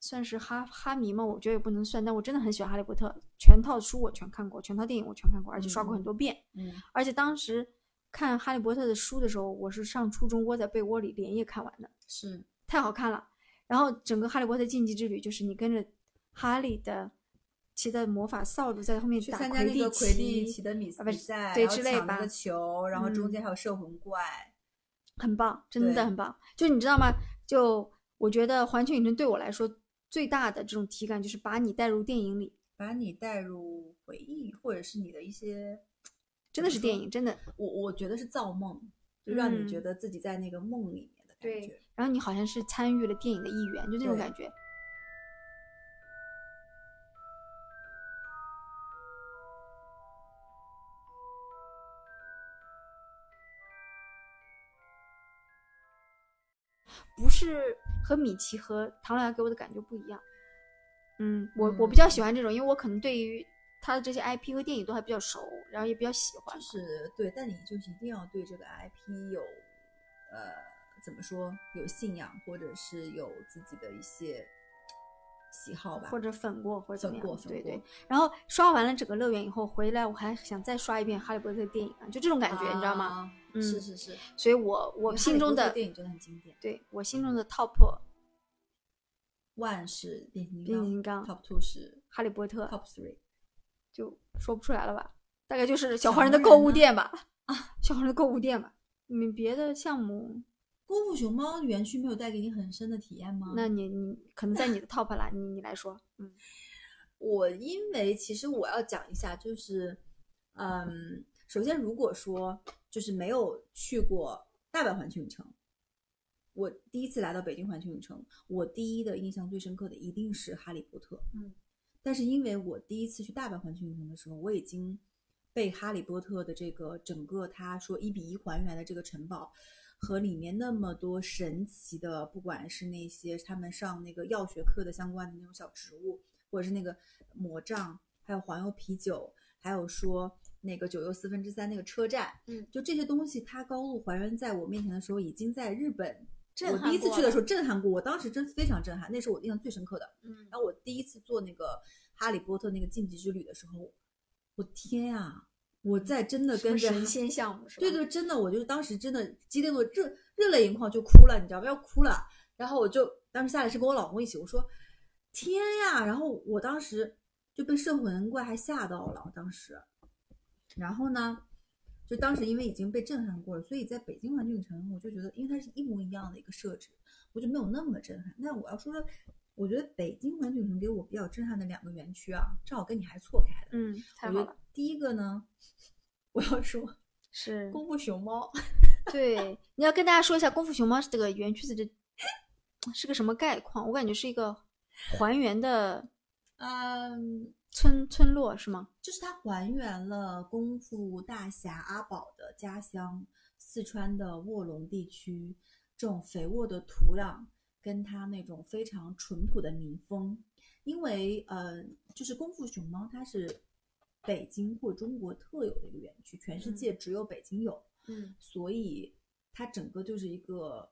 Speaker 1: 算是哈哈迷嘛，我觉得也不能算，但我真的很喜欢《哈利波特》，全套书我全看过，全套电影我全看过，而且刷过很多遍。
Speaker 2: 嗯，
Speaker 1: 而且当时看《哈利波特》的书的时候，我是上初中窝在被窝里连夜看完的。
Speaker 2: 是
Speaker 1: 太好看了。然后整个《哈利波特禁忌之旅》就是你跟着哈利的骑的魔法扫帚在后面
Speaker 2: 去
Speaker 1: 打
Speaker 2: 参加那个魁地奇
Speaker 1: 奇，
Speaker 2: 的比
Speaker 1: 啊不
Speaker 2: 比
Speaker 1: 是
Speaker 2: 赛，
Speaker 1: 对
Speaker 2: 然后
Speaker 1: 之类
Speaker 2: 抢那
Speaker 1: 吧
Speaker 2: 个球，然后中
Speaker 1: 嗯
Speaker 2: 间还有摄魂怪。
Speaker 1: 很棒，真
Speaker 2: 对
Speaker 1: 的很棒。就你知道吗？就我觉得环球影城对我来说最大的这种体感就是把你带入电影里，
Speaker 2: 把你带入回忆，或者是你的一些，
Speaker 1: 真的是电影，真的。
Speaker 2: 我我觉得是造梦，就让你觉
Speaker 1: 嗯
Speaker 2: 得自己在那个梦里面的感
Speaker 1: 对
Speaker 2: 觉。
Speaker 1: 然后你好像是参与了电影的一员，就那种
Speaker 2: 对
Speaker 1: 感觉。不是和米奇和唐老鸭给我的感觉不一样。嗯，我我比较喜欢这种，因为我可能对于他的这些 IP 和电影都还比较熟，然后也比较喜欢
Speaker 2: 就。是对，但你就是一定要对这个 IP 有，呃，怎么说，有信仰，或者是有自己的一些喜好吧，
Speaker 1: 或者粉过或者怎么
Speaker 2: 分过
Speaker 1: 样，
Speaker 2: 分
Speaker 1: 对
Speaker 2: 过
Speaker 1: 对。然后刷完了整个乐园以后回来，我还想再刷一遍《哈利波特》的电影啊，就这种感觉，你知道吗？
Speaker 2: 啊
Speaker 1: 嗯
Speaker 2: 是是是，
Speaker 1: 所以我
Speaker 2: 因为哈
Speaker 1: 我
Speaker 2: 利
Speaker 1: 心
Speaker 2: 波
Speaker 1: 中
Speaker 2: 特
Speaker 1: 的
Speaker 2: 电影真的很经典，
Speaker 1: 对我心中的 top
Speaker 2: 万是变形
Speaker 1: 变形
Speaker 2: 金
Speaker 1: 金刚
Speaker 2: 刚，Top Two 是
Speaker 1: 哈利波特
Speaker 2: Top Three，
Speaker 1: 就说不出来了吧，大概就是小黄人
Speaker 2: 小
Speaker 1: 的
Speaker 2: 黄
Speaker 1: 购
Speaker 2: 人
Speaker 1: 物
Speaker 2: 呢
Speaker 1: 店 吧，啊，小黄人的购物店吧。你们别的项目，
Speaker 2: 功夫熊猫园区没有带给你很深的体验吗？
Speaker 1: 那你你可能在你的 top 啦，你你来说， 嗯，
Speaker 2: 我因为其实我要讲一下，就是，嗯，首先如果说就是没有去过大阪环球影城，我第一次来到北京环球影城，我第一的印象最深刻的一定是《哈利波特》。
Speaker 1: 嗯，
Speaker 2: 但是因为我第一次去大阪环球影城的时候，我已经被《哈利波特》的这个整个他说一比一还原的这个城堡。和里面那么多神奇的，不管是那些他们上那个药学课的相关的那种小植物，或者是那个魔杖，还有黄油啤酒，还有说那个九又四分之三那个车站，
Speaker 1: 嗯，
Speaker 2: 就这些东西，它高度还原在我面前的时候，已经在日本，
Speaker 1: 震
Speaker 2: 我
Speaker 1: 撼
Speaker 2: 第一次
Speaker 1: 过
Speaker 2: 去的
Speaker 1: 了
Speaker 2: 时候震撼过，我当时真非常震撼，那是我印象最深刻的。
Speaker 1: 嗯
Speaker 2: 然后我第一次做那个哈利波特那个晋级之旅的时候，我天呀、我在真的跟着
Speaker 1: 神 仙项目是吧？
Speaker 2: 对，对，真的，我就是当时真的激动的热热泪盈眶，就哭了，你知道吗？要哭了。然后我就当时下来是跟我老公一起，我说天呀！然后我当时就被摄魂怪还吓到了，当时。然后呢，就当时因为已经被震撼过了，所以在北京环球影城，我就觉得，因为它是一模一样的一个设置，我就没有那么震撼。那我要说说，我觉得北京环球影城给我比较震撼的两个园区啊，正好跟你还错开的。
Speaker 1: 嗯，太好
Speaker 2: 我觉得
Speaker 1: 了，
Speaker 2: 第一个呢， 我要说
Speaker 1: 是
Speaker 2: 功夫熊猫。
Speaker 1: 对，你要跟大家说一下《功夫熊猫》这个园区的这 是个什么概况？我感觉是一个还原的
Speaker 2: 嗯，
Speaker 1: 村村落是吗？
Speaker 2: 就是它还原了功夫大侠阿宝的家乡四川的卧龙地区这种肥沃的土壤，跟它那种非常淳朴的民风。因为呃，就是功夫熊猫它是北京或中国特有的一个园区，全世
Speaker 1: 嗯
Speaker 2: 界只有北京有，
Speaker 1: 嗯
Speaker 2: 所以它整个就是一个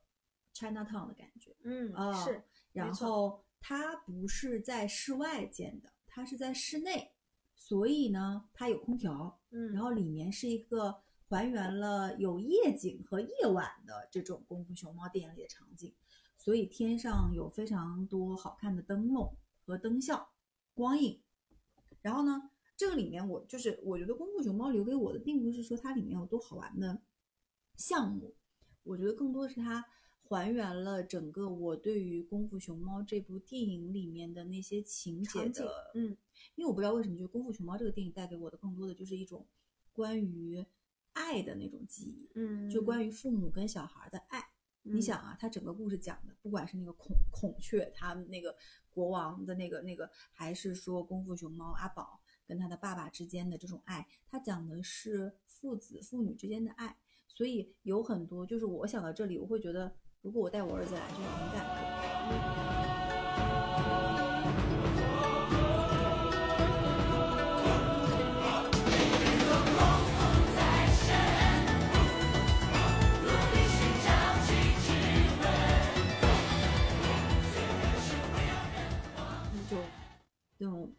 Speaker 2: China Town 的感觉。
Speaker 1: 嗯
Speaker 2: 哦
Speaker 1: 是
Speaker 2: 然
Speaker 1: 错
Speaker 2: 后它不是在室外建的，它是在室内，所以呢，它有空调，
Speaker 1: 嗯
Speaker 2: 然后里面是一个还原了有夜景和夜晚的这种功夫熊猫电影里的场景，所以天上有非常多好看的灯笼和灯效、光影。然后呢，这个里面我就是我觉得功夫熊猫留给我的，并不是说它里面有多好玩的项目，我觉得更多是它还原了整个我对于《功夫熊猫》这部电影里面的那些情节
Speaker 1: 场景
Speaker 2: 的，
Speaker 1: 嗯，
Speaker 2: 因为我不知道为什么，就是《功夫熊猫》这个电影带给我的更多的就是一种关于爱的那种记忆，
Speaker 1: 嗯，
Speaker 2: 就关于父母跟小孩的爱。你
Speaker 1: 嗯
Speaker 2: 想啊，他整个故事讲的，不管是那个孔孔雀，他们那个国王的那个那个，还是说功夫熊猫阿宝跟他的爸爸之间的这种爱，他讲的是父子父女之间的爱。所以有很多，就是我想到这里，我会觉得，如果我带我儿子来，就是很感动。那就那种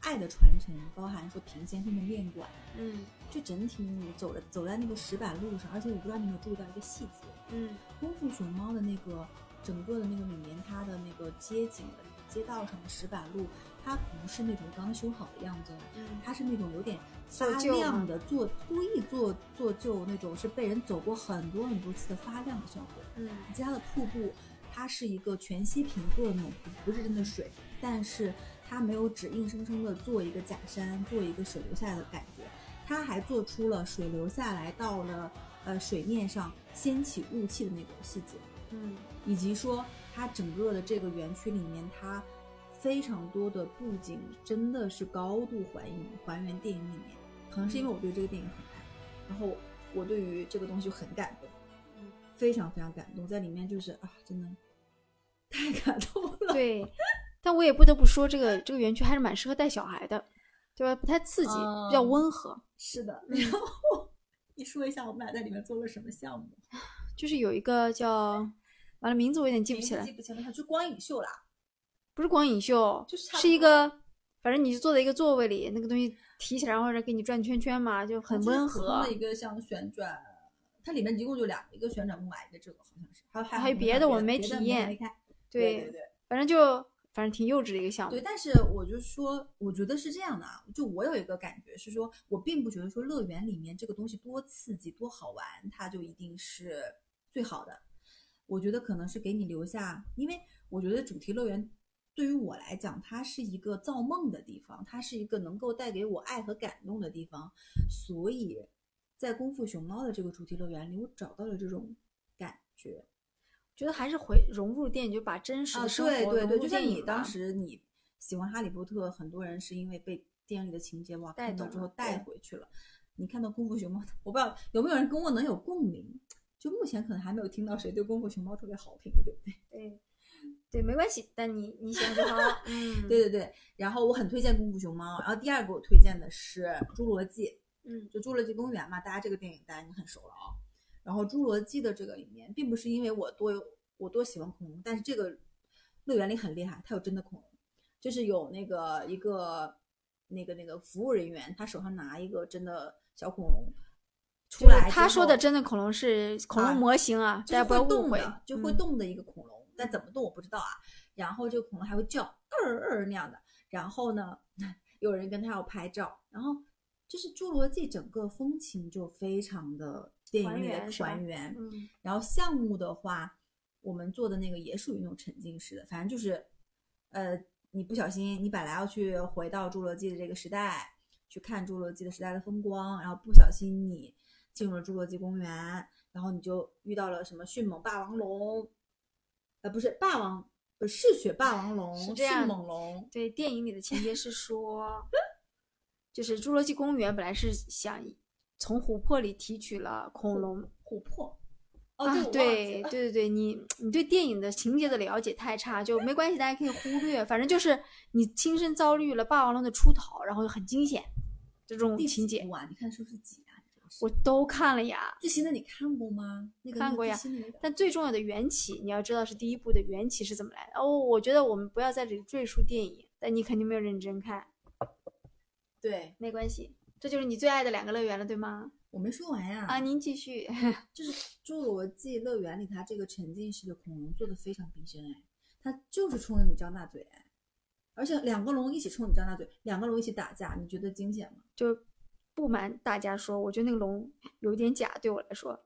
Speaker 2: 爱的传承，包含说平先生的面馆，
Speaker 1: 嗯
Speaker 2: 就整体你走了走在那个石板路上，而且我不知道你有没有注意到一个细节，
Speaker 1: 嗯
Speaker 2: 功夫熊猫的那个整个的那个里面，它的那个街景的街道上的石板路，它不是那种刚修好的样子哦，
Speaker 1: 嗯，
Speaker 2: 它是那种有点发
Speaker 1: 做旧
Speaker 2: 亮
Speaker 1: 吗
Speaker 2: 的做故意做做旧那种，是被人走过很多很多次的发亮的效果。
Speaker 1: 嗯
Speaker 2: 你家的瀑布，它是一个全息屏做的那种，不是真的水，但是它没有只硬生生的做一个假山，做一个水流下来的感觉，它还做出了水流下来到了呃水面上掀起雾气的那种细节，
Speaker 1: 嗯
Speaker 2: 以及说它整个的这个园区里面它。非常多的布景真的是高度还原还原电影里面，可能
Speaker 1: 嗯
Speaker 2: 是因为我对这个电影很爱，然后我对于这个东西就很感动。
Speaker 1: 嗯，
Speaker 2: 非常非常感动，在里面就是啊，真的太感动了。
Speaker 1: 对。但我也不得不说，这个这个园区还是蛮适合带小孩的，对吧？不太刺激，比较
Speaker 2: 嗯
Speaker 1: 温和。
Speaker 2: 是的，
Speaker 1: 嗯
Speaker 2: 然后 你说一下我们俩在里面做了什么项目？
Speaker 1: 就是有一个叫，完了名字我有点记不
Speaker 2: 名
Speaker 1: 起
Speaker 2: 字
Speaker 1: 来
Speaker 2: 记，不清了，它就光影秀啦，
Speaker 1: 不是光影秀，
Speaker 2: 就是差不
Speaker 1: 是一
Speaker 2: 多
Speaker 1: 个，反正你就坐在一个座位里，那个东西提起来，然后给你转圈圈嘛，就很
Speaker 2: 就是
Speaker 1: 温
Speaker 2: 普通
Speaker 1: 和
Speaker 2: 的。一个像旋转，它里面一共就两个，一个旋转木马，一个这个好像是，还有还
Speaker 1: 哦还有
Speaker 2: 有
Speaker 1: 别的
Speaker 2: 的
Speaker 1: 我没
Speaker 2: 别
Speaker 1: 体
Speaker 2: 的
Speaker 1: 验
Speaker 2: 没看对
Speaker 1: 对
Speaker 2: 对，
Speaker 1: 反正就反正挺幼稚的一个项目
Speaker 2: 对，。但是我就说，我觉得是这样的啊，就我有一个感觉是说，我并不觉得说乐园里面这个东西多刺激、多好玩，它就一定是最好的。我觉得可能是给你留下，因为我觉得主题乐园对于我来讲，它是一个造梦的地方，它是一个能够带给我爱和感动的地方，所以在功夫熊猫的这个主题乐园里，我找到了这种感觉。
Speaker 1: 觉得还是回融入电影，就把真实
Speaker 2: 啊，
Speaker 1: 的生
Speaker 2: 对
Speaker 1: 活
Speaker 2: 对
Speaker 1: 融
Speaker 2: 对，
Speaker 1: 入
Speaker 2: 就像
Speaker 1: 电
Speaker 2: 你
Speaker 1: 影
Speaker 2: 当
Speaker 1: 吧
Speaker 2: 时你喜欢哈利波特，很多人是因为被电影里的情节哇
Speaker 1: 带
Speaker 2: 看到
Speaker 1: 动
Speaker 2: 之后
Speaker 1: 了
Speaker 2: 带
Speaker 1: 对
Speaker 2: 回去了。你看到功夫熊猫，我不知道有没有人跟我能有共鸣。就目前可能还没有听到谁对功夫熊猫特别好评，
Speaker 1: 嗯
Speaker 2: 对不对？
Speaker 1: 对对，没关系，但你你喜欢就好 了。嗯，
Speaker 2: 对，对对。然后我很推荐功夫熊猫，然后第二个我推荐的是《侏罗纪》。
Speaker 1: 嗯
Speaker 2: 就《侏罗纪公园》嘛，大家这个电影大家已经很熟了啊、然后《侏罗纪》的这个里面，并不是因为我多有我多喜欢恐龙，但是这个乐园里很厉害，它有真的恐龙，就是有那个一个那个那个服务人员，他手上拿一个真的小恐龙出
Speaker 1: 就是
Speaker 2: 来之后，
Speaker 1: 他说的真的恐龙是恐
Speaker 2: 啊
Speaker 1: 龙模型啊，
Speaker 2: 就
Speaker 1: 大家
Speaker 2: 是
Speaker 1: 不要
Speaker 2: 会
Speaker 1: 误
Speaker 2: 动
Speaker 1: 会
Speaker 2: 的，，就会
Speaker 1: 嗯。
Speaker 2: 动的一个恐龙，但怎么动我不知道啊。然后这个恐龙还会叫呃呃那样的，然后呢， 有人跟他要拍照，然后就是《侏罗纪》整个风情就非常的电影
Speaker 1: 还
Speaker 2: 里的
Speaker 1: 原是吧
Speaker 2: 还原。
Speaker 1: 嗯，
Speaker 2: 然后项目的话，我们做的那个也属于那种沉浸式的，反正就是，呃，你不小心你本来要去回到《侏罗纪》的这个时代，去看《侏罗纪》的时代的风光，然后不小心你进入了侏罗纪公园，然后你就遇到了什么迅猛霸王龙，呃，不是霸王，不是嗜血霸王龙，
Speaker 1: 是这样
Speaker 2: 迅猛龙，
Speaker 1: 对，电影里的情节是说，就是侏罗纪公园本来是想从琥珀里提取了恐龙
Speaker 2: 琥珀。哦，
Speaker 1: 啊，
Speaker 2: 我忘记
Speaker 1: 对
Speaker 2: 了
Speaker 1: 对对对，你你对电影的情节的了解太差，就没关系，大家可以忽略。反正就是你亲身遭遇了霸王龙的出逃，然后很惊险，这种
Speaker 2: 第
Speaker 1: 情
Speaker 2: 几
Speaker 1: 节
Speaker 2: 部啊？你看是不是几啊？你这个是
Speaker 1: 我都看了呀。
Speaker 2: 最新的你看过吗？那个
Speaker 1: 看过呀。
Speaker 2: 那个最新的那个
Speaker 1: 但最重要的缘起，你要知道是第一部的缘起是怎么来的。哦，我觉得我们不要在这里赘述电影，但你肯定没有认真看，
Speaker 2: 对，
Speaker 1: 没关系，这就是你最爱的两个乐园了，对吗？
Speaker 2: 我没说完呀、
Speaker 1: 啊，您继续。
Speaker 2: 就是《侏罗纪乐园》里它这个沉浸式的恐龙做的非常逼真哎，它就是冲着你张大嘴哎，而且两个龙一起冲你张大嘴，两个龙一起打架，你觉 得惊险吗？
Speaker 1: 就不瞒大家说，我觉得那个龙有点假，对我来说，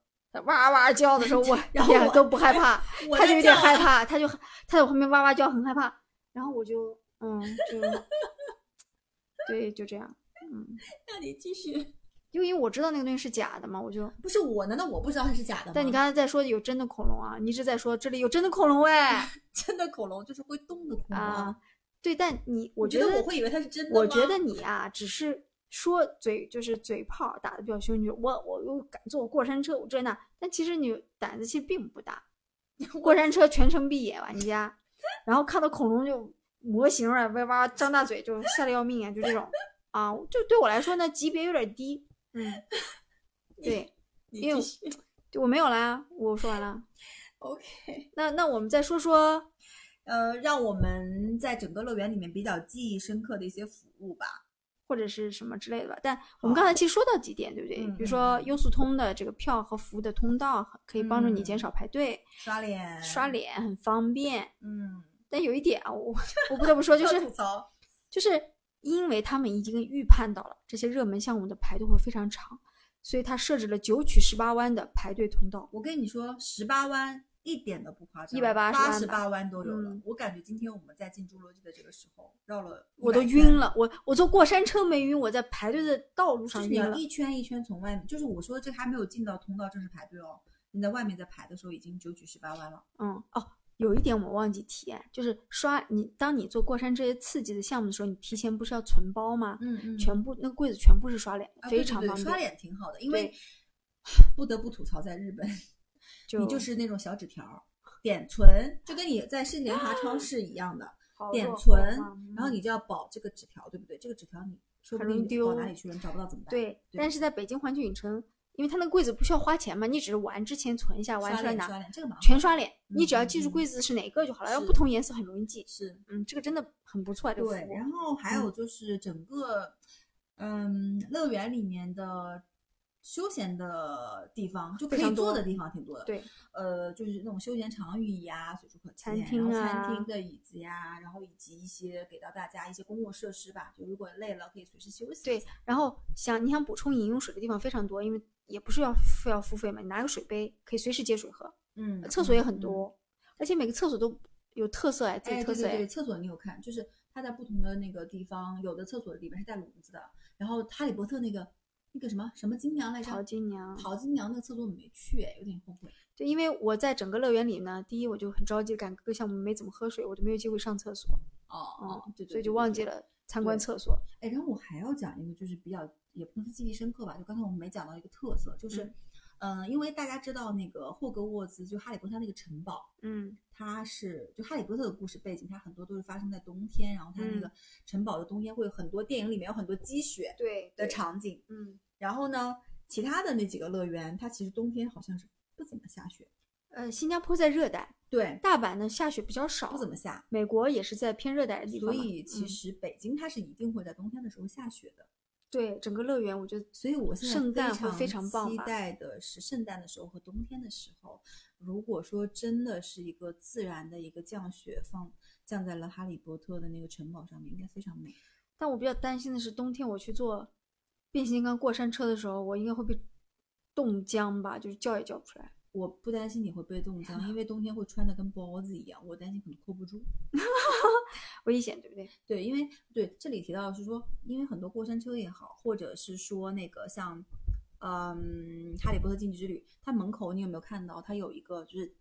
Speaker 1: 哇哇叫的时候， 我
Speaker 2: 然
Speaker 1: 一点
Speaker 2: 后我
Speaker 1: 都不害怕，
Speaker 2: 我
Speaker 1: 他
Speaker 2: 在
Speaker 1: 就有点
Speaker 2: 叫
Speaker 1: 害
Speaker 2: 啊，
Speaker 1: 怕，他就他在我旁边哇哇叫，很害怕，然后我就嗯 就对就这样，嗯，
Speaker 2: 那你继续。
Speaker 1: 因为我知道那个东西是假的嘛，我就。
Speaker 2: 不是我，难道我不知道它是假的吗？
Speaker 1: 但你刚才在说有真的恐龙啊，你一直在说这里有真的恐龙哎
Speaker 2: 真的恐龙就是会动的恐龙
Speaker 1: 啊，，对，但你我
Speaker 2: 你
Speaker 1: 觉
Speaker 2: 觉
Speaker 1: 得
Speaker 2: 得我会以为它是真的
Speaker 1: 我觉
Speaker 2: 吗
Speaker 1: 得你啊，只是说嘴就是嘴炮打的比较凶，你说我我又敢坐过山车，我这那，但其实你胆子其实并不大。 过山车全程闭眼玩家，然后看到恐龙就模型啊，哇哇张大嘴就吓得要命啊，就这种啊，就对我来说呢级别有点低，嗯，
Speaker 2: 嗯
Speaker 1: 对，
Speaker 2: 你
Speaker 1: 因为
Speaker 2: 继续
Speaker 1: 就我没有啦，我说完了。
Speaker 2: OK，
Speaker 1: 那那我们再说说，
Speaker 2: 呃，让我们在整个乐园里面比较记忆深刻的一些服务吧。
Speaker 1: 或者是什么之类的吧。但我们刚才其实说到几点，对不对？
Speaker 2: 嗯
Speaker 1: 比如说
Speaker 2: 嗯嗯
Speaker 1: 优速通的这个票和服务的通道，可以帮助你减
Speaker 2: 嗯
Speaker 1: 少排队、
Speaker 2: 刷脸，
Speaker 1: 刷，脸，很方便。
Speaker 2: 嗯，
Speaker 1: 但有一点啊，我我不得不说，就
Speaker 2: 要吐
Speaker 1: 是
Speaker 2: 槽，
Speaker 1: 就是因为他们已经预判到了这些热门项目的排队会非常长，所以他设置了九曲十八弯的排队通道。
Speaker 2: 我跟你说，十八弯一点都不夸张，
Speaker 1: 180
Speaker 2: 八
Speaker 1: 弯
Speaker 2: 十
Speaker 1: 吧
Speaker 2: 八弯都有了。
Speaker 1: 嗯
Speaker 2: 我感觉今天我们在进侏罗纪的这个时候绕了，
Speaker 1: 我都晕。了，我我坐过山车没晕，我在排队的道路
Speaker 2: 就
Speaker 1: 上
Speaker 2: 是你
Speaker 1: 晕
Speaker 2: 要
Speaker 1: 了。
Speaker 2: 一圈一圈从外面，就是我说的这还没有进到通道正式排队哦。你在外面在排的时候已经九曲十八弯了，
Speaker 1: 嗯，哦，有一点我忘记提，哎，就是刷你，当你做过山这些刺激的项目的时候，你提前不是要存包吗？
Speaker 2: 嗯嗯
Speaker 1: 全部那个柜子全部是刷脸，
Speaker 2: 啊对
Speaker 1: 嗯非
Speaker 2: 对
Speaker 1: 常
Speaker 2: 对
Speaker 1: 方便。
Speaker 2: 刷脸挺好的，因为
Speaker 1: 对
Speaker 2: 不得不吐槽，在日本，
Speaker 1: 就
Speaker 2: 你就是那种小纸条儿点存，就跟你在世纪联华 超市一样的点存，
Speaker 1: 嗯
Speaker 2: 然后你就要保这个纸条，对不对？这个纸条你说不
Speaker 1: 很容易
Speaker 2: 定你跑
Speaker 1: 丢
Speaker 2: 哪里去了，你找不到怎么办？
Speaker 1: 对，但
Speaker 2: 是
Speaker 1: 是在北京环球影城，因为它那个柜子不需要花钱嘛，你只是玩之前存一下，玩
Speaker 2: 刷
Speaker 1: 出来
Speaker 2: 脸
Speaker 1: 拿，
Speaker 2: 刷脸这个蛮好
Speaker 1: 全刷脸，你只要
Speaker 2: 嗯
Speaker 1: 记住
Speaker 2: 嗯
Speaker 1: 柜子是哪个就好了，然后不
Speaker 2: 是
Speaker 1: 同颜色很容易记。
Speaker 2: 是
Speaker 1: 嗯，这个真的很不错，这个服
Speaker 2: 对，
Speaker 1: 务。
Speaker 2: 然后还
Speaker 1: 嗯
Speaker 2: 有就是整个嗯乐园里面的。休闲的地方就可
Speaker 1: 非常
Speaker 2: 以
Speaker 1: 多
Speaker 2: 坐的地方挺多的，
Speaker 1: 对，
Speaker 2: 呃，就是那种休闲场域呀，随处可见，
Speaker 1: 餐
Speaker 2: 然后
Speaker 1: 厅啊
Speaker 2: 餐厅的椅子呀，然后以及一些给到大家一些公共设施吧，就如果累了可以随时休息。
Speaker 1: 对，然后想你想补充饮用水的地方非常多，因为也不是要非要付费嘛，你拿个水杯可以随时接水喝，
Speaker 2: 嗯，
Speaker 1: 厕所也很
Speaker 2: 嗯。
Speaker 1: 多，而且每个厕所都有特色哎，自己
Speaker 2: 哎，
Speaker 1: 特
Speaker 2: 对
Speaker 1: 色
Speaker 2: 对对，
Speaker 1: 哎，
Speaker 2: 厕所你有看，就是它在不同的那个地方，有的厕所里面是带笼子的，然后哈利波特那个那个什么什么金娘来着，
Speaker 1: 淘金娘。
Speaker 2: 淘金娘那个厕所我没去，哎有点后悔。
Speaker 1: 对，因为我在整个乐园里呢，第一我就很着急赶各个项目，没怎么喝水，我就没有机会上厕所，
Speaker 2: 哦哦，对对，
Speaker 1: 所以
Speaker 2: 对
Speaker 1: 就忘记。
Speaker 2: 对对
Speaker 1: 了参观
Speaker 2: 对
Speaker 1: 厕所。
Speaker 2: 哎，然后我还要讲一个，就是比较也不能说记忆深刻吧，就刚才我们没讲到一个特色，就是，嗯、因为大家知道那个霍格沃兹，就哈利波特那个城堡，
Speaker 1: 嗯，
Speaker 2: 它是就哈利波特的故事背景，它很多都是发生在冬天，然后它那
Speaker 1: 嗯
Speaker 2: 个城堡的冬天会有很多电影里面有很多积雪
Speaker 1: 对
Speaker 2: 的，场景。
Speaker 1: 嗯，
Speaker 2: 然后呢，其他的那几个乐园，它其实冬天好像是不怎么下雪，
Speaker 1: 呃，新加坡在热带，
Speaker 2: 对，
Speaker 1: 大阪呢下雪比较少，
Speaker 2: 不怎么下。
Speaker 1: 美国也是在偏热带的地方
Speaker 2: 所
Speaker 1: 嘛，
Speaker 2: 以其
Speaker 1: 嗯
Speaker 2: 实北京它是一定会在冬天的时候下雪的。
Speaker 1: 对整个乐园，我觉得
Speaker 2: 所以我现在
Speaker 1: 圣诞会非常棒
Speaker 2: 期
Speaker 1: 吧
Speaker 2: 待的是圣诞的时候和冬天的时候，如果说真的是一个自然的一个降雪放降在了哈利波特的那个城堡上面，应该非常美。
Speaker 1: 但我比较担心的是，冬天我去坐变形金刚过山车的时候，我应该会被冻僵吧，就是叫也叫不出来。
Speaker 2: 我不担心你会被冻僵，因为冬天会穿的跟包子一样，我担心可能扣不住。
Speaker 1: 危险，对不对？
Speaker 2: 对，因为对这里提到的是说，因为很多过山车也好，或者是说那个像，嗯，《哈利波特禁忌之旅》，它门口你有没有看到它有一个就是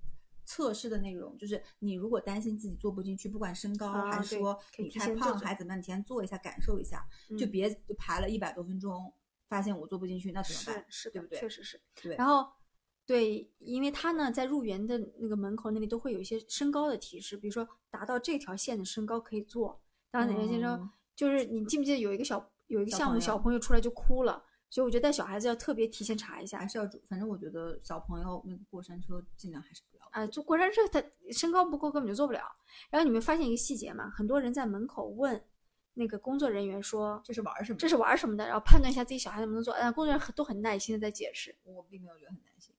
Speaker 2: 测试的内容，就是你如果担心自己坐不进去，不管身高
Speaker 1: 啊
Speaker 2: 还是
Speaker 1: 对
Speaker 2: 说
Speaker 1: 可以
Speaker 2: 你
Speaker 1: 提
Speaker 2: 太
Speaker 1: 前坐
Speaker 2: 胖
Speaker 1: 坐
Speaker 2: 还是怎么样，你先坐一下感受一下，就
Speaker 1: 嗯
Speaker 2: 别排了一百多分钟，发现我坐不进去，那怎么
Speaker 1: 是
Speaker 2: 办？
Speaker 1: 是的，
Speaker 2: 对不对
Speaker 1: 确实是。
Speaker 2: 对，
Speaker 1: 然后，对，因为它呢，在入园的那个门口那里都会有一些身高的提示，比如说达到这条线的身高可以坐。当然，哪些先生、
Speaker 2: 嗯
Speaker 1: 就是你记不记得有一个小有一个
Speaker 2: 小
Speaker 1: 项目
Speaker 2: 朋
Speaker 1: 小
Speaker 2: 友
Speaker 1: 朋友出来就哭了，所以我觉得带小孩子要特别提前查一 下
Speaker 2: 还。是要注，反正我觉得小朋友那个过山车尽量还是不要。
Speaker 1: 啊，坐过山车他身高不够根本就坐不了。然后你们发现一个细节吗？很多人在门口问那个工作人员说
Speaker 2: 这是玩儿什么？
Speaker 1: 这是玩儿什么的，然后判断一下自己小孩能不能坐。但工作人员很都很耐心的在解释。
Speaker 2: 我并没有觉得很担心。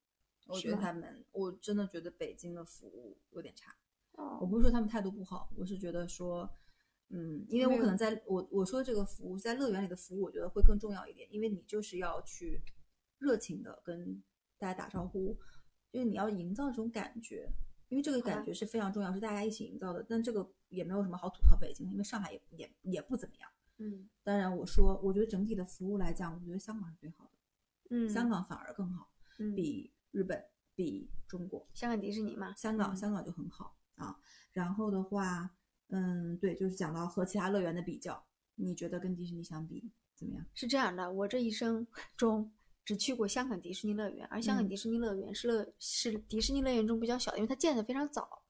Speaker 2: 我
Speaker 1: 是
Speaker 2: 觉得
Speaker 1: 吗
Speaker 2: 他们，我真的觉得北京的服务有点差。我
Speaker 1: 哦，
Speaker 2: 不是说他们态度不好，我是觉得说，嗯，因为
Speaker 1: 没
Speaker 2: 我可
Speaker 1: 有
Speaker 2: 能在我我说这个服务在乐园里的服务，我觉得会更重要一点，因为你就是要去热情的跟大家打招呼，就是你要营造这种感觉，因为这个
Speaker 1: 好
Speaker 2: 感
Speaker 1: 吧
Speaker 2: 觉是非常重要，是大家一起营造的。但这个也没有什么好吐槽北京的，因为上海也也也不怎么样。
Speaker 1: 嗯
Speaker 2: 当然，我说我觉得整体的服务来讲，我觉得香港是最好的，
Speaker 1: 嗯，
Speaker 2: 香港反而更好，
Speaker 1: 嗯
Speaker 2: 比日本、比中国。
Speaker 1: 香港迪士尼嘛，
Speaker 2: 香港，
Speaker 1: 嗯
Speaker 2: 香港就很好啊。然后的话，嗯，对，就是讲到和其他乐园的比较，你觉得跟迪士尼相比怎么样？
Speaker 1: 是这样的，我这一生 中只去过香港迪士尼乐园，而香港
Speaker 2: 嗯
Speaker 1: 迪士尼乐园是乐、是迪士尼乐园中比较小的，因为它建的非常早，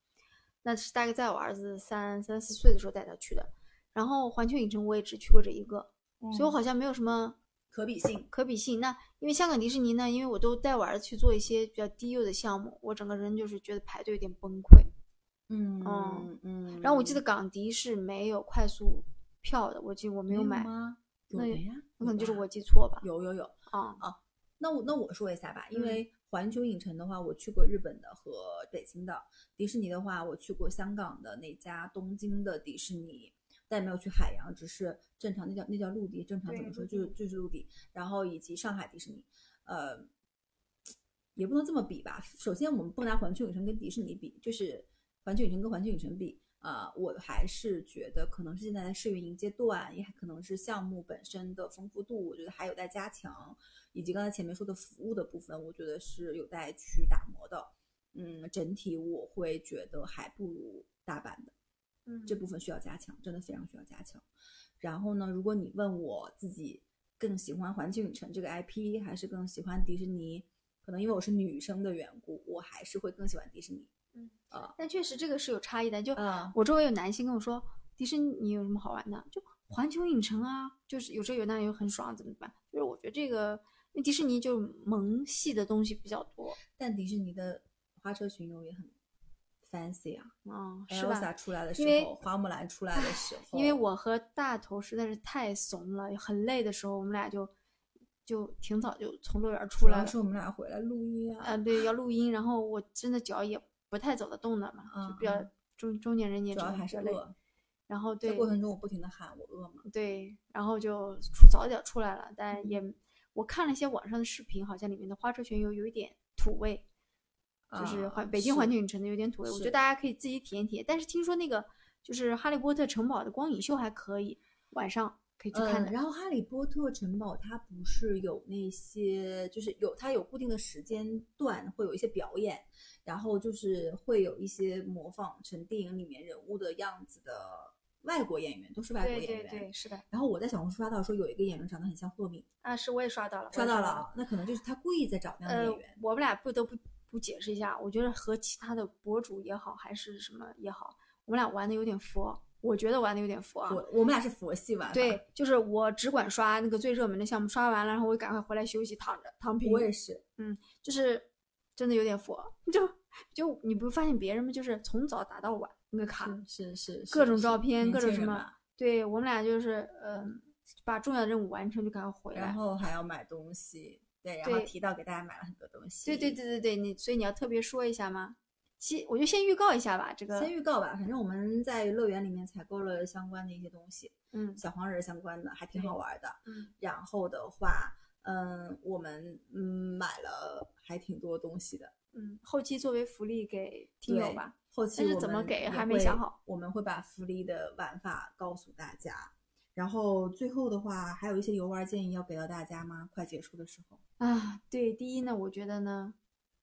Speaker 1: 那是大概在我儿子三三四岁的时候带他去的。然后环球影城我也只去过这一个，所以我好像没有什么
Speaker 2: 可比性，
Speaker 1: 可比性。那因为香港迪士尼呢，因为我都带我儿子去做一些比较低幼的项目，我整个人就是觉得排队有点崩溃。
Speaker 2: 嗯
Speaker 1: 嗯
Speaker 2: 嗯
Speaker 1: 然后我记得港迪是没有快速票的，我记得我没有买，
Speaker 2: 吗？有
Speaker 1: 那
Speaker 2: 的呀，
Speaker 1: 可能就是
Speaker 2: 有吧
Speaker 1: 我记错吧。
Speaker 2: 有有有。
Speaker 1: 啊、
Speaker 2: 那我那我说一下吧，因
Speaker 1: 嗯
Speaker 2: 为环球影城的话，我去过日本的和北京的；迪士尼的话，我去过香港的那家、东京的迪士尼，但没有去海洋，只是正常那叫那叫陆地，正常怎
Speaker 1: 对
Speaker 2: 么说
Speaker 1: 陆
Speaker 2: 就
Speaker 1: 地
Speaker 2: 就是陆地。然后以及上海迪士尼，呃，也不能这么比吧。首先，我们不拿环球影城跟迪士尼比，就是环球影城跟环球影城比。啊、我还是觉得可能是现在的试运营阶段，也可能是项目本身的丰富度，我觉得还有待加强。以及刚才前面说的服务的部分，我觉得是有待去打磨的。嗯，整体我会觉得还不如大阪的
Speaker 1: 嗯
Speaker 2: 这部分需要加强，真的非常需要加强。然后呢，如果你问我自己更喜欢环球影城这个 IP，还是更喜欢迪士尼，可能因为我是女生的缘故，我还是会更喜欢迪士尼。
Speaker 1: 但确实这个是有差异的，就
Speaker 2: 啊，
Speaker 1: 我周围有男性跟我说，迪士尼有什么好玩的？就环球影城啊，就是有这有那有很爽，怎么办？就是我觉得这个，因为迪士尼就是萌系的东西比较多，
Speaker 2: 但迪士尼的花车巡游也很 fancy 啊，
Speaker 1: 嗯，
Speaker 2: e
Speaker 1: 是
Speaker 2: l s
Speaker 1: 吧
Speaker 2: a？出来的时
Speaker 1: 因为
Speaker 2: 候，花木兰出来的时候，
Speaker 1: 因为我和大头实在是太怂了，很累的时候，我们俩就就挺早就从乐园出
Speaker 2: 主
Speaker 1: 来
Speaker 2: 要
Speaker 1: 了
Speaker 2: 是，我们俩回来录音啊，
Speaker 1: 嗯、对，要录音，然后我真的脚也不太走得动了嘛，就比较
Speaker 2: 嗯
Speaker 1: 中中年人也
Speaker 2: 主要
Speaker 1: 真的
Speaker 2: 还
Speaker 1: 比
Speaker 2: 是
Speaker 1: 较累
Speaker 2: 饿。
Speaker 1: 然后
Speaker 2: 这
Speaker 1: 对，
Speaker 2: 过程中我不停的喊我饿吗？
Speaker 1: 对，然后就出早点出来了，但也
Speaker 2: 嗯
Speaker 1: 我看了一些网上的视频，好像里面的花车巡游有一点土味，就是
Speaker 2: 啊
Speaker 1: 环北京环
Speaker 2: 是
Speaker 1: 球影城的有点土味，我觉
Speaker 2: 是
Speaker 1: 得大家可以自己体验体验。但是听说那个就是《哈利波特》城堡的光影秀还可以，晚上可以去看
Speaker 2: 嗯，
Speaker 1: 的。
Speaker 2: 然后哈利波特城堡它不是有那些，就是有它有固定的时间段，会有一些表演，然后就是会有一些模仿成电影里面人物的样子的外国演员，都是外国
Speaker 1: 对
Speaker 2: 演
Speaker 1: 对
Speaker 2: 员。
Speaker 1: 对，是的，
Speaker 2: 然后我在小红书刷到说有一个演员长得很像赫敏，
Speaker 1: 啊，是我也刷到了，我
Speaker 2: 刷
Speaker 1: 也
Speaker 2: 到了，啊，那可能就是他故意在找那样的
Speaker 1: 呃
Speaker 2: 演员。，
Speaker 1: 我们俩不得不不解释一下，我觉得和其他的博主也好，还是什么也好，我们俩玩的有点佛，我觉得玩的有点佛啊。
Speaker 2: 我我们俩是佛系玩法，
Speaker 1: 对，就是我只管刷那个最热门的项目，刷完了，然后我赶快回来休息，躺着躺平。
Speaker 2: 我也是，
Speaker 1: 就是真的有点佛，就就你不发现别人吗？就是从早打到晚那个卡，
Speaker 2: 啊是是是，
Speaker 1: 嗯各种照
Speaker 2: 是
Speaker 1: 片
Speaker 2: 年
Speaker 1: 各种
Speaker 2: 轻
Speaker 1: 什
Speaker 2: 人
Speaker 1: 么
Speaker 2: 嘛
Speaker 1: 对我们俩就是嗯、把重要的任务完成就赶快回
Speaker 2: 然
Speaker 1: 来。
Speaker 2: 后还要买东西，对，然后
Speaker 1: 对
Speaker 2: 提到给大家买了很多东西，
Speaker 1: 对对对对对，你所以你要特别说一下吗？先我就先预告一下吧，这个
Speaker 2: 先预告吧，反正我们在乐园里面采购了相关的一些东西，
Speaker 1: 嗯
Speaker 2: 小黄人相关的还挺
Speaker 1: 对
Speaker 2: 好玩的。
Speaker 1: 嗯
Speaker 2: 然后的话，嗯，我们嗯买了还挺多东西的，
Speaker 1: 嗯，后期作为福利给听友
Speaker 2: 对
Speaker 1: 吧。。
Speaker 2: 后期
Speaker 1: 但是
Speaker 2: 我
Speaker 1: 怎么
Speaker 2: 们
Speaker 1: 给
Speaker 2: 也
Speaker 1: 还没
Speaker 2: 会
Speaker 1: 想好，
Speaker 2: 我们会把福利的玩法告诉大家。然后最后的话，还有一些游玩建议要给到大家吗？快结束的时候，
Speaker 1: 啊，对，第一呢，我觉得呢，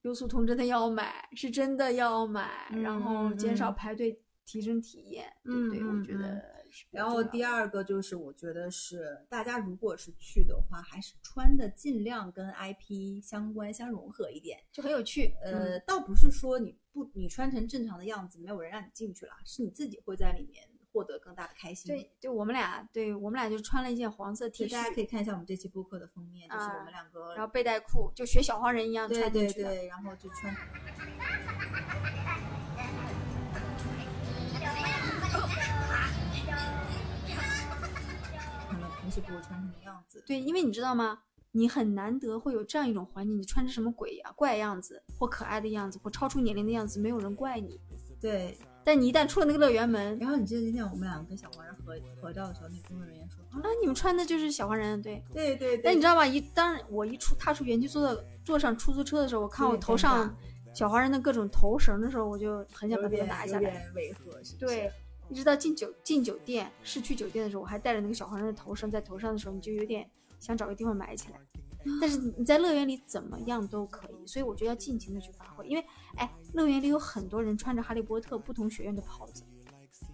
Speaker 1: 优速通真的要买，是真的要买，然后
Speaker 2: 嗯
Speaker 1: 减少
Speaker 2: 嗯
Speaker 1: 排队，提升体验，对不对？
Speaker 2: 嗯
Speaker 1: 我觉
Speaker 2: 嗯嗯
Speaker 1: 得是比较
Speaker 2: 然
Speaker 1: 重
Speaker 2: 后
Speaker 1: 要
Speaker 2: 第
Speaker 1: 的，
Speaker 2: 二个就是，我觉得是大家如果是去的话，还是穿的尽量跟 IP 相关相融合一点。
Speaker 1: 就很有趣，
Speaker 2: 呃，倒不是说你不你穿成正常的样子，没有人让你进去了，是你自己会在里面获得更大的开心。
Speaker 1: 对，就我们俩，对我们俩就穿了一件黄色 T
Speaker 2: 对，大家可
Speaker 1: 恤，
Speaker 2: 以看一下我们这期播客的封面，就是我
Speaker 1: 啊
Speaker 2: 们两个，
Speaker 1: 然后背带裤，就学小黄人一样
Speaker 2: 对
Speaker 1: 穿进
Speaker 2: 对
Speaker 1: 去的。
Speaker 2: 对，然后就穿。可能平时不会穿成的样子，
Speaker 1: 对，因为你知道吗？你很难得会有这样一种环境，你穿着什么鬼呀、怪样子，或可爱的样子，或超出年龄的样子，没有人怪你。
Speaker 2: 对，
Speaker 1: 但你一旦出了那个乐园门，
Speaker 2: 然后你记得今天我们两个跟小黄人合合照的时候，那工作人员说啊
Speaker 1: 啊，，你们穿的就是小黄人，对。
Speaker 2: 对对对，
Speaker 1: 但你知道吧？一当我一出踏出园区，坐到坐上出租车的时候，我看
Speaker 2: 有
Speaker 1: 我
Speaker 2: 点
Speaker 1: 头
Speaker 2: 尴
Speaker 1: 上小黄人的各种头绳的时候，我就很想把它
Speaker 2: 有
Speaker 1: 们
Speaker 2: 点
Speaker 1: 拿下
Speaker 2: 有
Speaker 1: 来。
Speaker 2: 点违和，是不是？
Speaker 1: 对，一直到进酒进酒店市区酒店的时候，我还带着那个小黄人的头绳在头上的时候，你就有点想找个地方埋起来。但是你在乐园里怎么样都可以，所以我觉得要尽情的去发挥，因为哎，乐园里有很多人穿着哈利波特不同学院的袍子，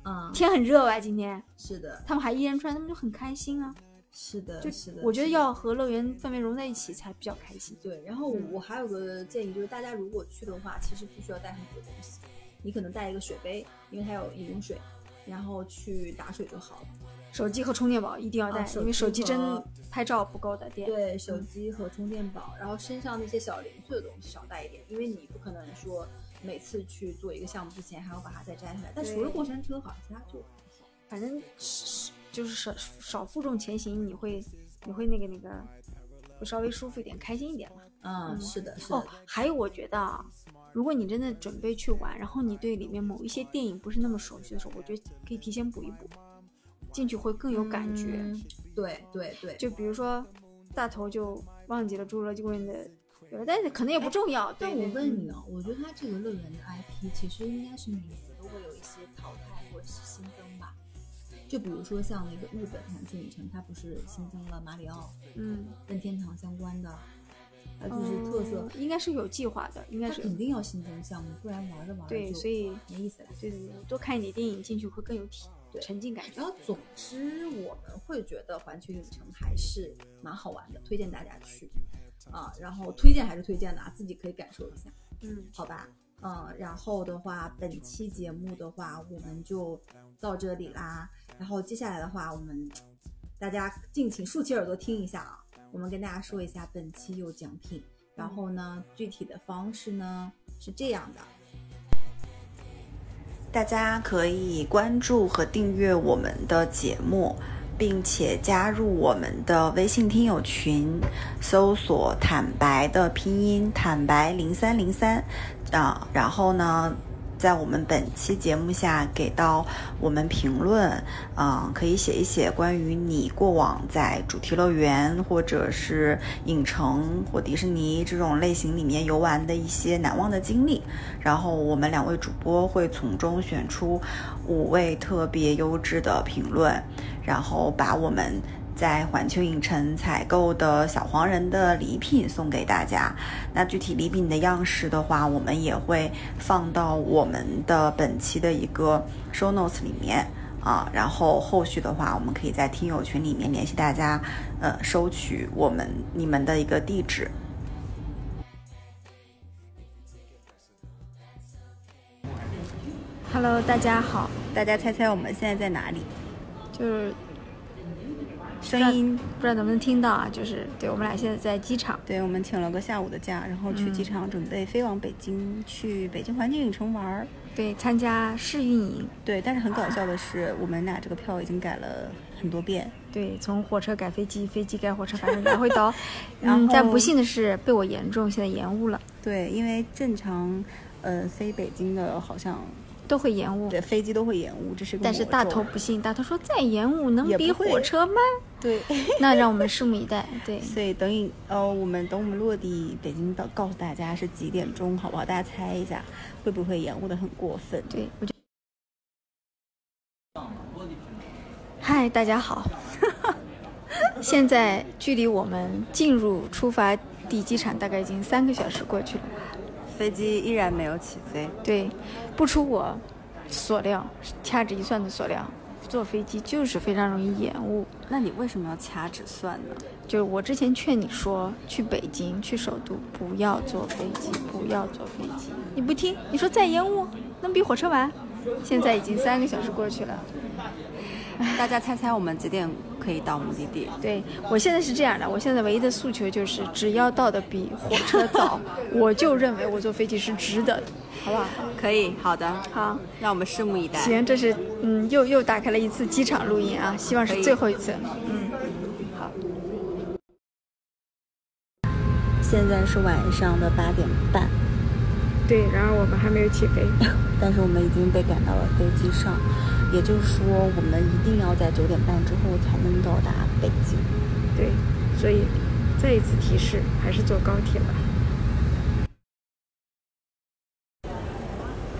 Speaker 2: 啊、
Speaker 1: 天很热吧？今天
Speaker 2: 是的，
Speaker 1: 他们还依然穿，他们就很开心啊。
Speaker 2: 呃是的，
Speaker 1: 就是
Speaker 2: 的，
Speaker 1: 我觉得
Speaker 2: 是的
Speaker 1: 要和乐园氛围融在一起才比较开心。
Speaker 2: 对，然后我
Speaker 1: 嗯
Speaker 2: 我还有个建议，就是大家如果去的话，其实不需要带很多东西，你可能带一个水杯，因为它有饮用水，然后去打水就好了。
Speaker 1: 手机和充电宝一定要带，
Speaker 2: 啊手
Speaker 1: 因为手
Speaker 2: 机
Speaker 1: 机真
Speaker 2: 和
Speaker 1: 拍照不够的电。
Speaker 2: 对，手
Speaker 1: 嗯
Speaker 2: 机和充电宝，然后身上那些小零碎的东西少带一点，因为你不可能说每次去做一个项目之前还要把它再摘下来。但除了
Speaker 1: 对
Speaker 2: 过山车，好像其他就
Speaker 1: 反正是就是少少负重前行，你会你会那个那个会稍微舒服一点，开心一点嘛。
Speaker 2: 嗯，
Speaker 1: 嗯
Speaker 2: 是的，是的，
Speaker 1: 哦，还有我觉得啊，如果你真的准备去玩，然后你对里面某一些电影不是那么熟悉的时候，我觉得可以提前补一补，进去会更有感觉。
Speaker 2: 嗯对对对，
Speaker 1: 就比如说大头就忘记了《侏罗纪公园》的有了，但是可能也不重要。
Speaker 2: 哎但
Speaker 1: 对对
Speaker 2: 我问你
Speaker 1: 嗯
Speaker 2: 啊，我觉得它这个乐园的 IP 其实应该是每年都会有一些淘汰或者是新增吧。就比如说像那个日本环球影城，它不是新增了马里奥
Speaker 1: 嗯，
Speaker 2: 任天堂相关的，呃，就是特色，
Speaker 1: 嗯应该是有计划的，应该
Speaker 2: 它
Speaker 1: 是有
Speaker 2: 肯定要新增项目，不然玩着玩着
Speaker 1: 对，
Speaker 2: 就
Speaker 1: 所以
Speaker 2: 没意思了。
Speaker 1: 对对对，多看一点电影进去会更有体
Speaker 2: 对
Speaker 1: 沉浸感觉。
Speaker 2: 然后总之，我们会觉得环球影城还是蛮好玩的，推荐大家去啊。然后推荐还是推荐的啊，自己可以感受一下。
Speaker 1: 嗯，
Speaker 2: 好吧，嗯，然后的话，本期节目的话，我们就到这里啦。然后接下来的话，我们大家敬请竖起耳朵听一下啊，我们跟大家说一下本期有奖品。然后呢，具体的方式呢是这样的，
Speaker 3: 大家可以关注和订阅我们的节目，并且加入我们的微信听友群，搜索“坦白”的拼音“坦白零三零三”，啊，然后呢，在我们本期节目下给到我们评论，嗯、可以写一写关于你过往在主题乐园或者是影城或迪士尼这种类型里面游玩的一些难忘的经历。然后我们两位主播会从中选出五位特别优质的评论，然后把我们在环球影城采购的小黄人的礼品送给大家。那具体礼品的样式的话，我们也会放到我们的本期的一个 show notes 里面。啊，然后后续的话，我们可以在听友群里面联系大家，呃，收取我们你们的一个地址。
Speaker 1: Hello，大家好，
Speaker 3: 大家猜猜我们现在在哪里？
Speaker 1: 就是
Speaker 3: 声音
Speaker 1: 不知道能不能听到啊，就是对我们俩现在在机场，
Speaker 3: 对，我们请了个下午的假，然后去机场准备飞往北京，去北京环球影城玩儿。
Speaker 1: 对，参加试运营，
Speaker 3: 对，但是很搞笑的是，我们俩这个票已经改了很多遍。
Speaker 1: 对，从火车改飞机，飞机改火车，反正来回 倒。
Speaker 3: 然后
Speaker 1: 嗯，但不幸的是被我严重现在延误了，
Speaker 3: 对，因为正常，呃，飞北京的好像
Speaker 1: 都会延误。
Speaker 3: 对飞机都会延误，这是个
Speaker 1: 但是
Speaker 3: 魔
Speaker 1: 大
Speaker 3: 咒
Speaker 1: 头不信，大头说再延误能
Speaker 3: 也
Speaker 1: 比
Speaker 3: 不会
Speaker 1: 火车慢？
Speaker 3: 对，
Speaker 1: 那让我们拭目以待。 对，
Speaker 3: 所以等影呃，我们等我们落地北京到告诉大家是几点钟，好不好？大家猜一下，会不会延误的很过分？
Speaker 1: 对，我就。嗨，大家好。现在距离我们进入出发地机场大概已经三个小时过去了。
Speaker 3: 飞机依然没有起飞。
Speaker 1: 对，不出我所料，掐指一算的所料，坐飞机就是非常容易延误。
Speaker 3: 那你为什么要掐指算呢？
Speaker 1: 就是我之前劝你说去北京、去首都不要坐飞机，不要坐飞机，你不听，你说再延误能比火车晚？现在已经三个小时过去了。
Speaker 3: 大家猜猜我们几点可以到目的地？
Speaker 1: 对我现在是这样的，我现在唯一的诉求就是，只要到的比火车 早，我就认为我坐飞机是值得的，好不好？
Speaker 3: 可以，好的，
Speaker 1: 好，
Speaker 3: 让我们拭目以待。
Speaker 1: 行，这是嗯，又又打开了一次机场录音啊，希望
Speaker 3: 可
Speaker 1: 是
Speaker 3: 以
Speaker 1: 最后一次。
Speaker 3: 现在是晚上的八点半，
Speaker 1: 对，然而我们还没有起飞。
Speaker 3: 但是我们已经被赶到了飞机上，也就是说，我们一定要在九点半之后才能到达北京。
Speaker 1: 对，所以再一次提示，还是坐高铁吧。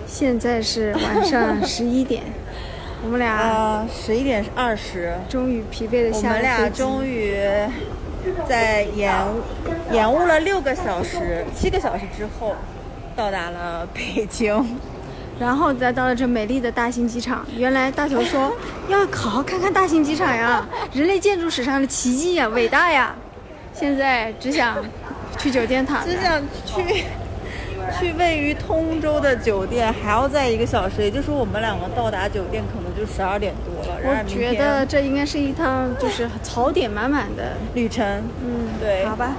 Speaker 1: 现在是晚上十一点，我们俩
Speaker 3: 啊，十一点二十，
Speaker 1: 终于疲惫的
Speaker 3: 我
Speaker 1: 下了
Speaker 3: 们俩
Speaker 1: 飞机
Speaker 3: 终于在延延误了六个小时、七个小时之后，到达了北京。
Speaker 1: 然后再到了这美丽的大兴机场。原来大头说 要好好看看大兴机场呀，人类建筑史上的奇迹呀，伟大呀。现在只想去酒店躺着
Speaker 3: 只。想去去位于通州的酒店，还要再一个小时，也就是说我们两个到达酒店可能就十二点多了。然而
Speaker 1: 我
Speaker 3: 明
Speaker 1: 觉
Speaker 3: 天
Speaker 1: 得这应该是一趟就是槽点满满的，
Speaker 3: 旅程，
Speaker 1: 嗯，
Speaker 3: 对
Speaker 1: 好吧，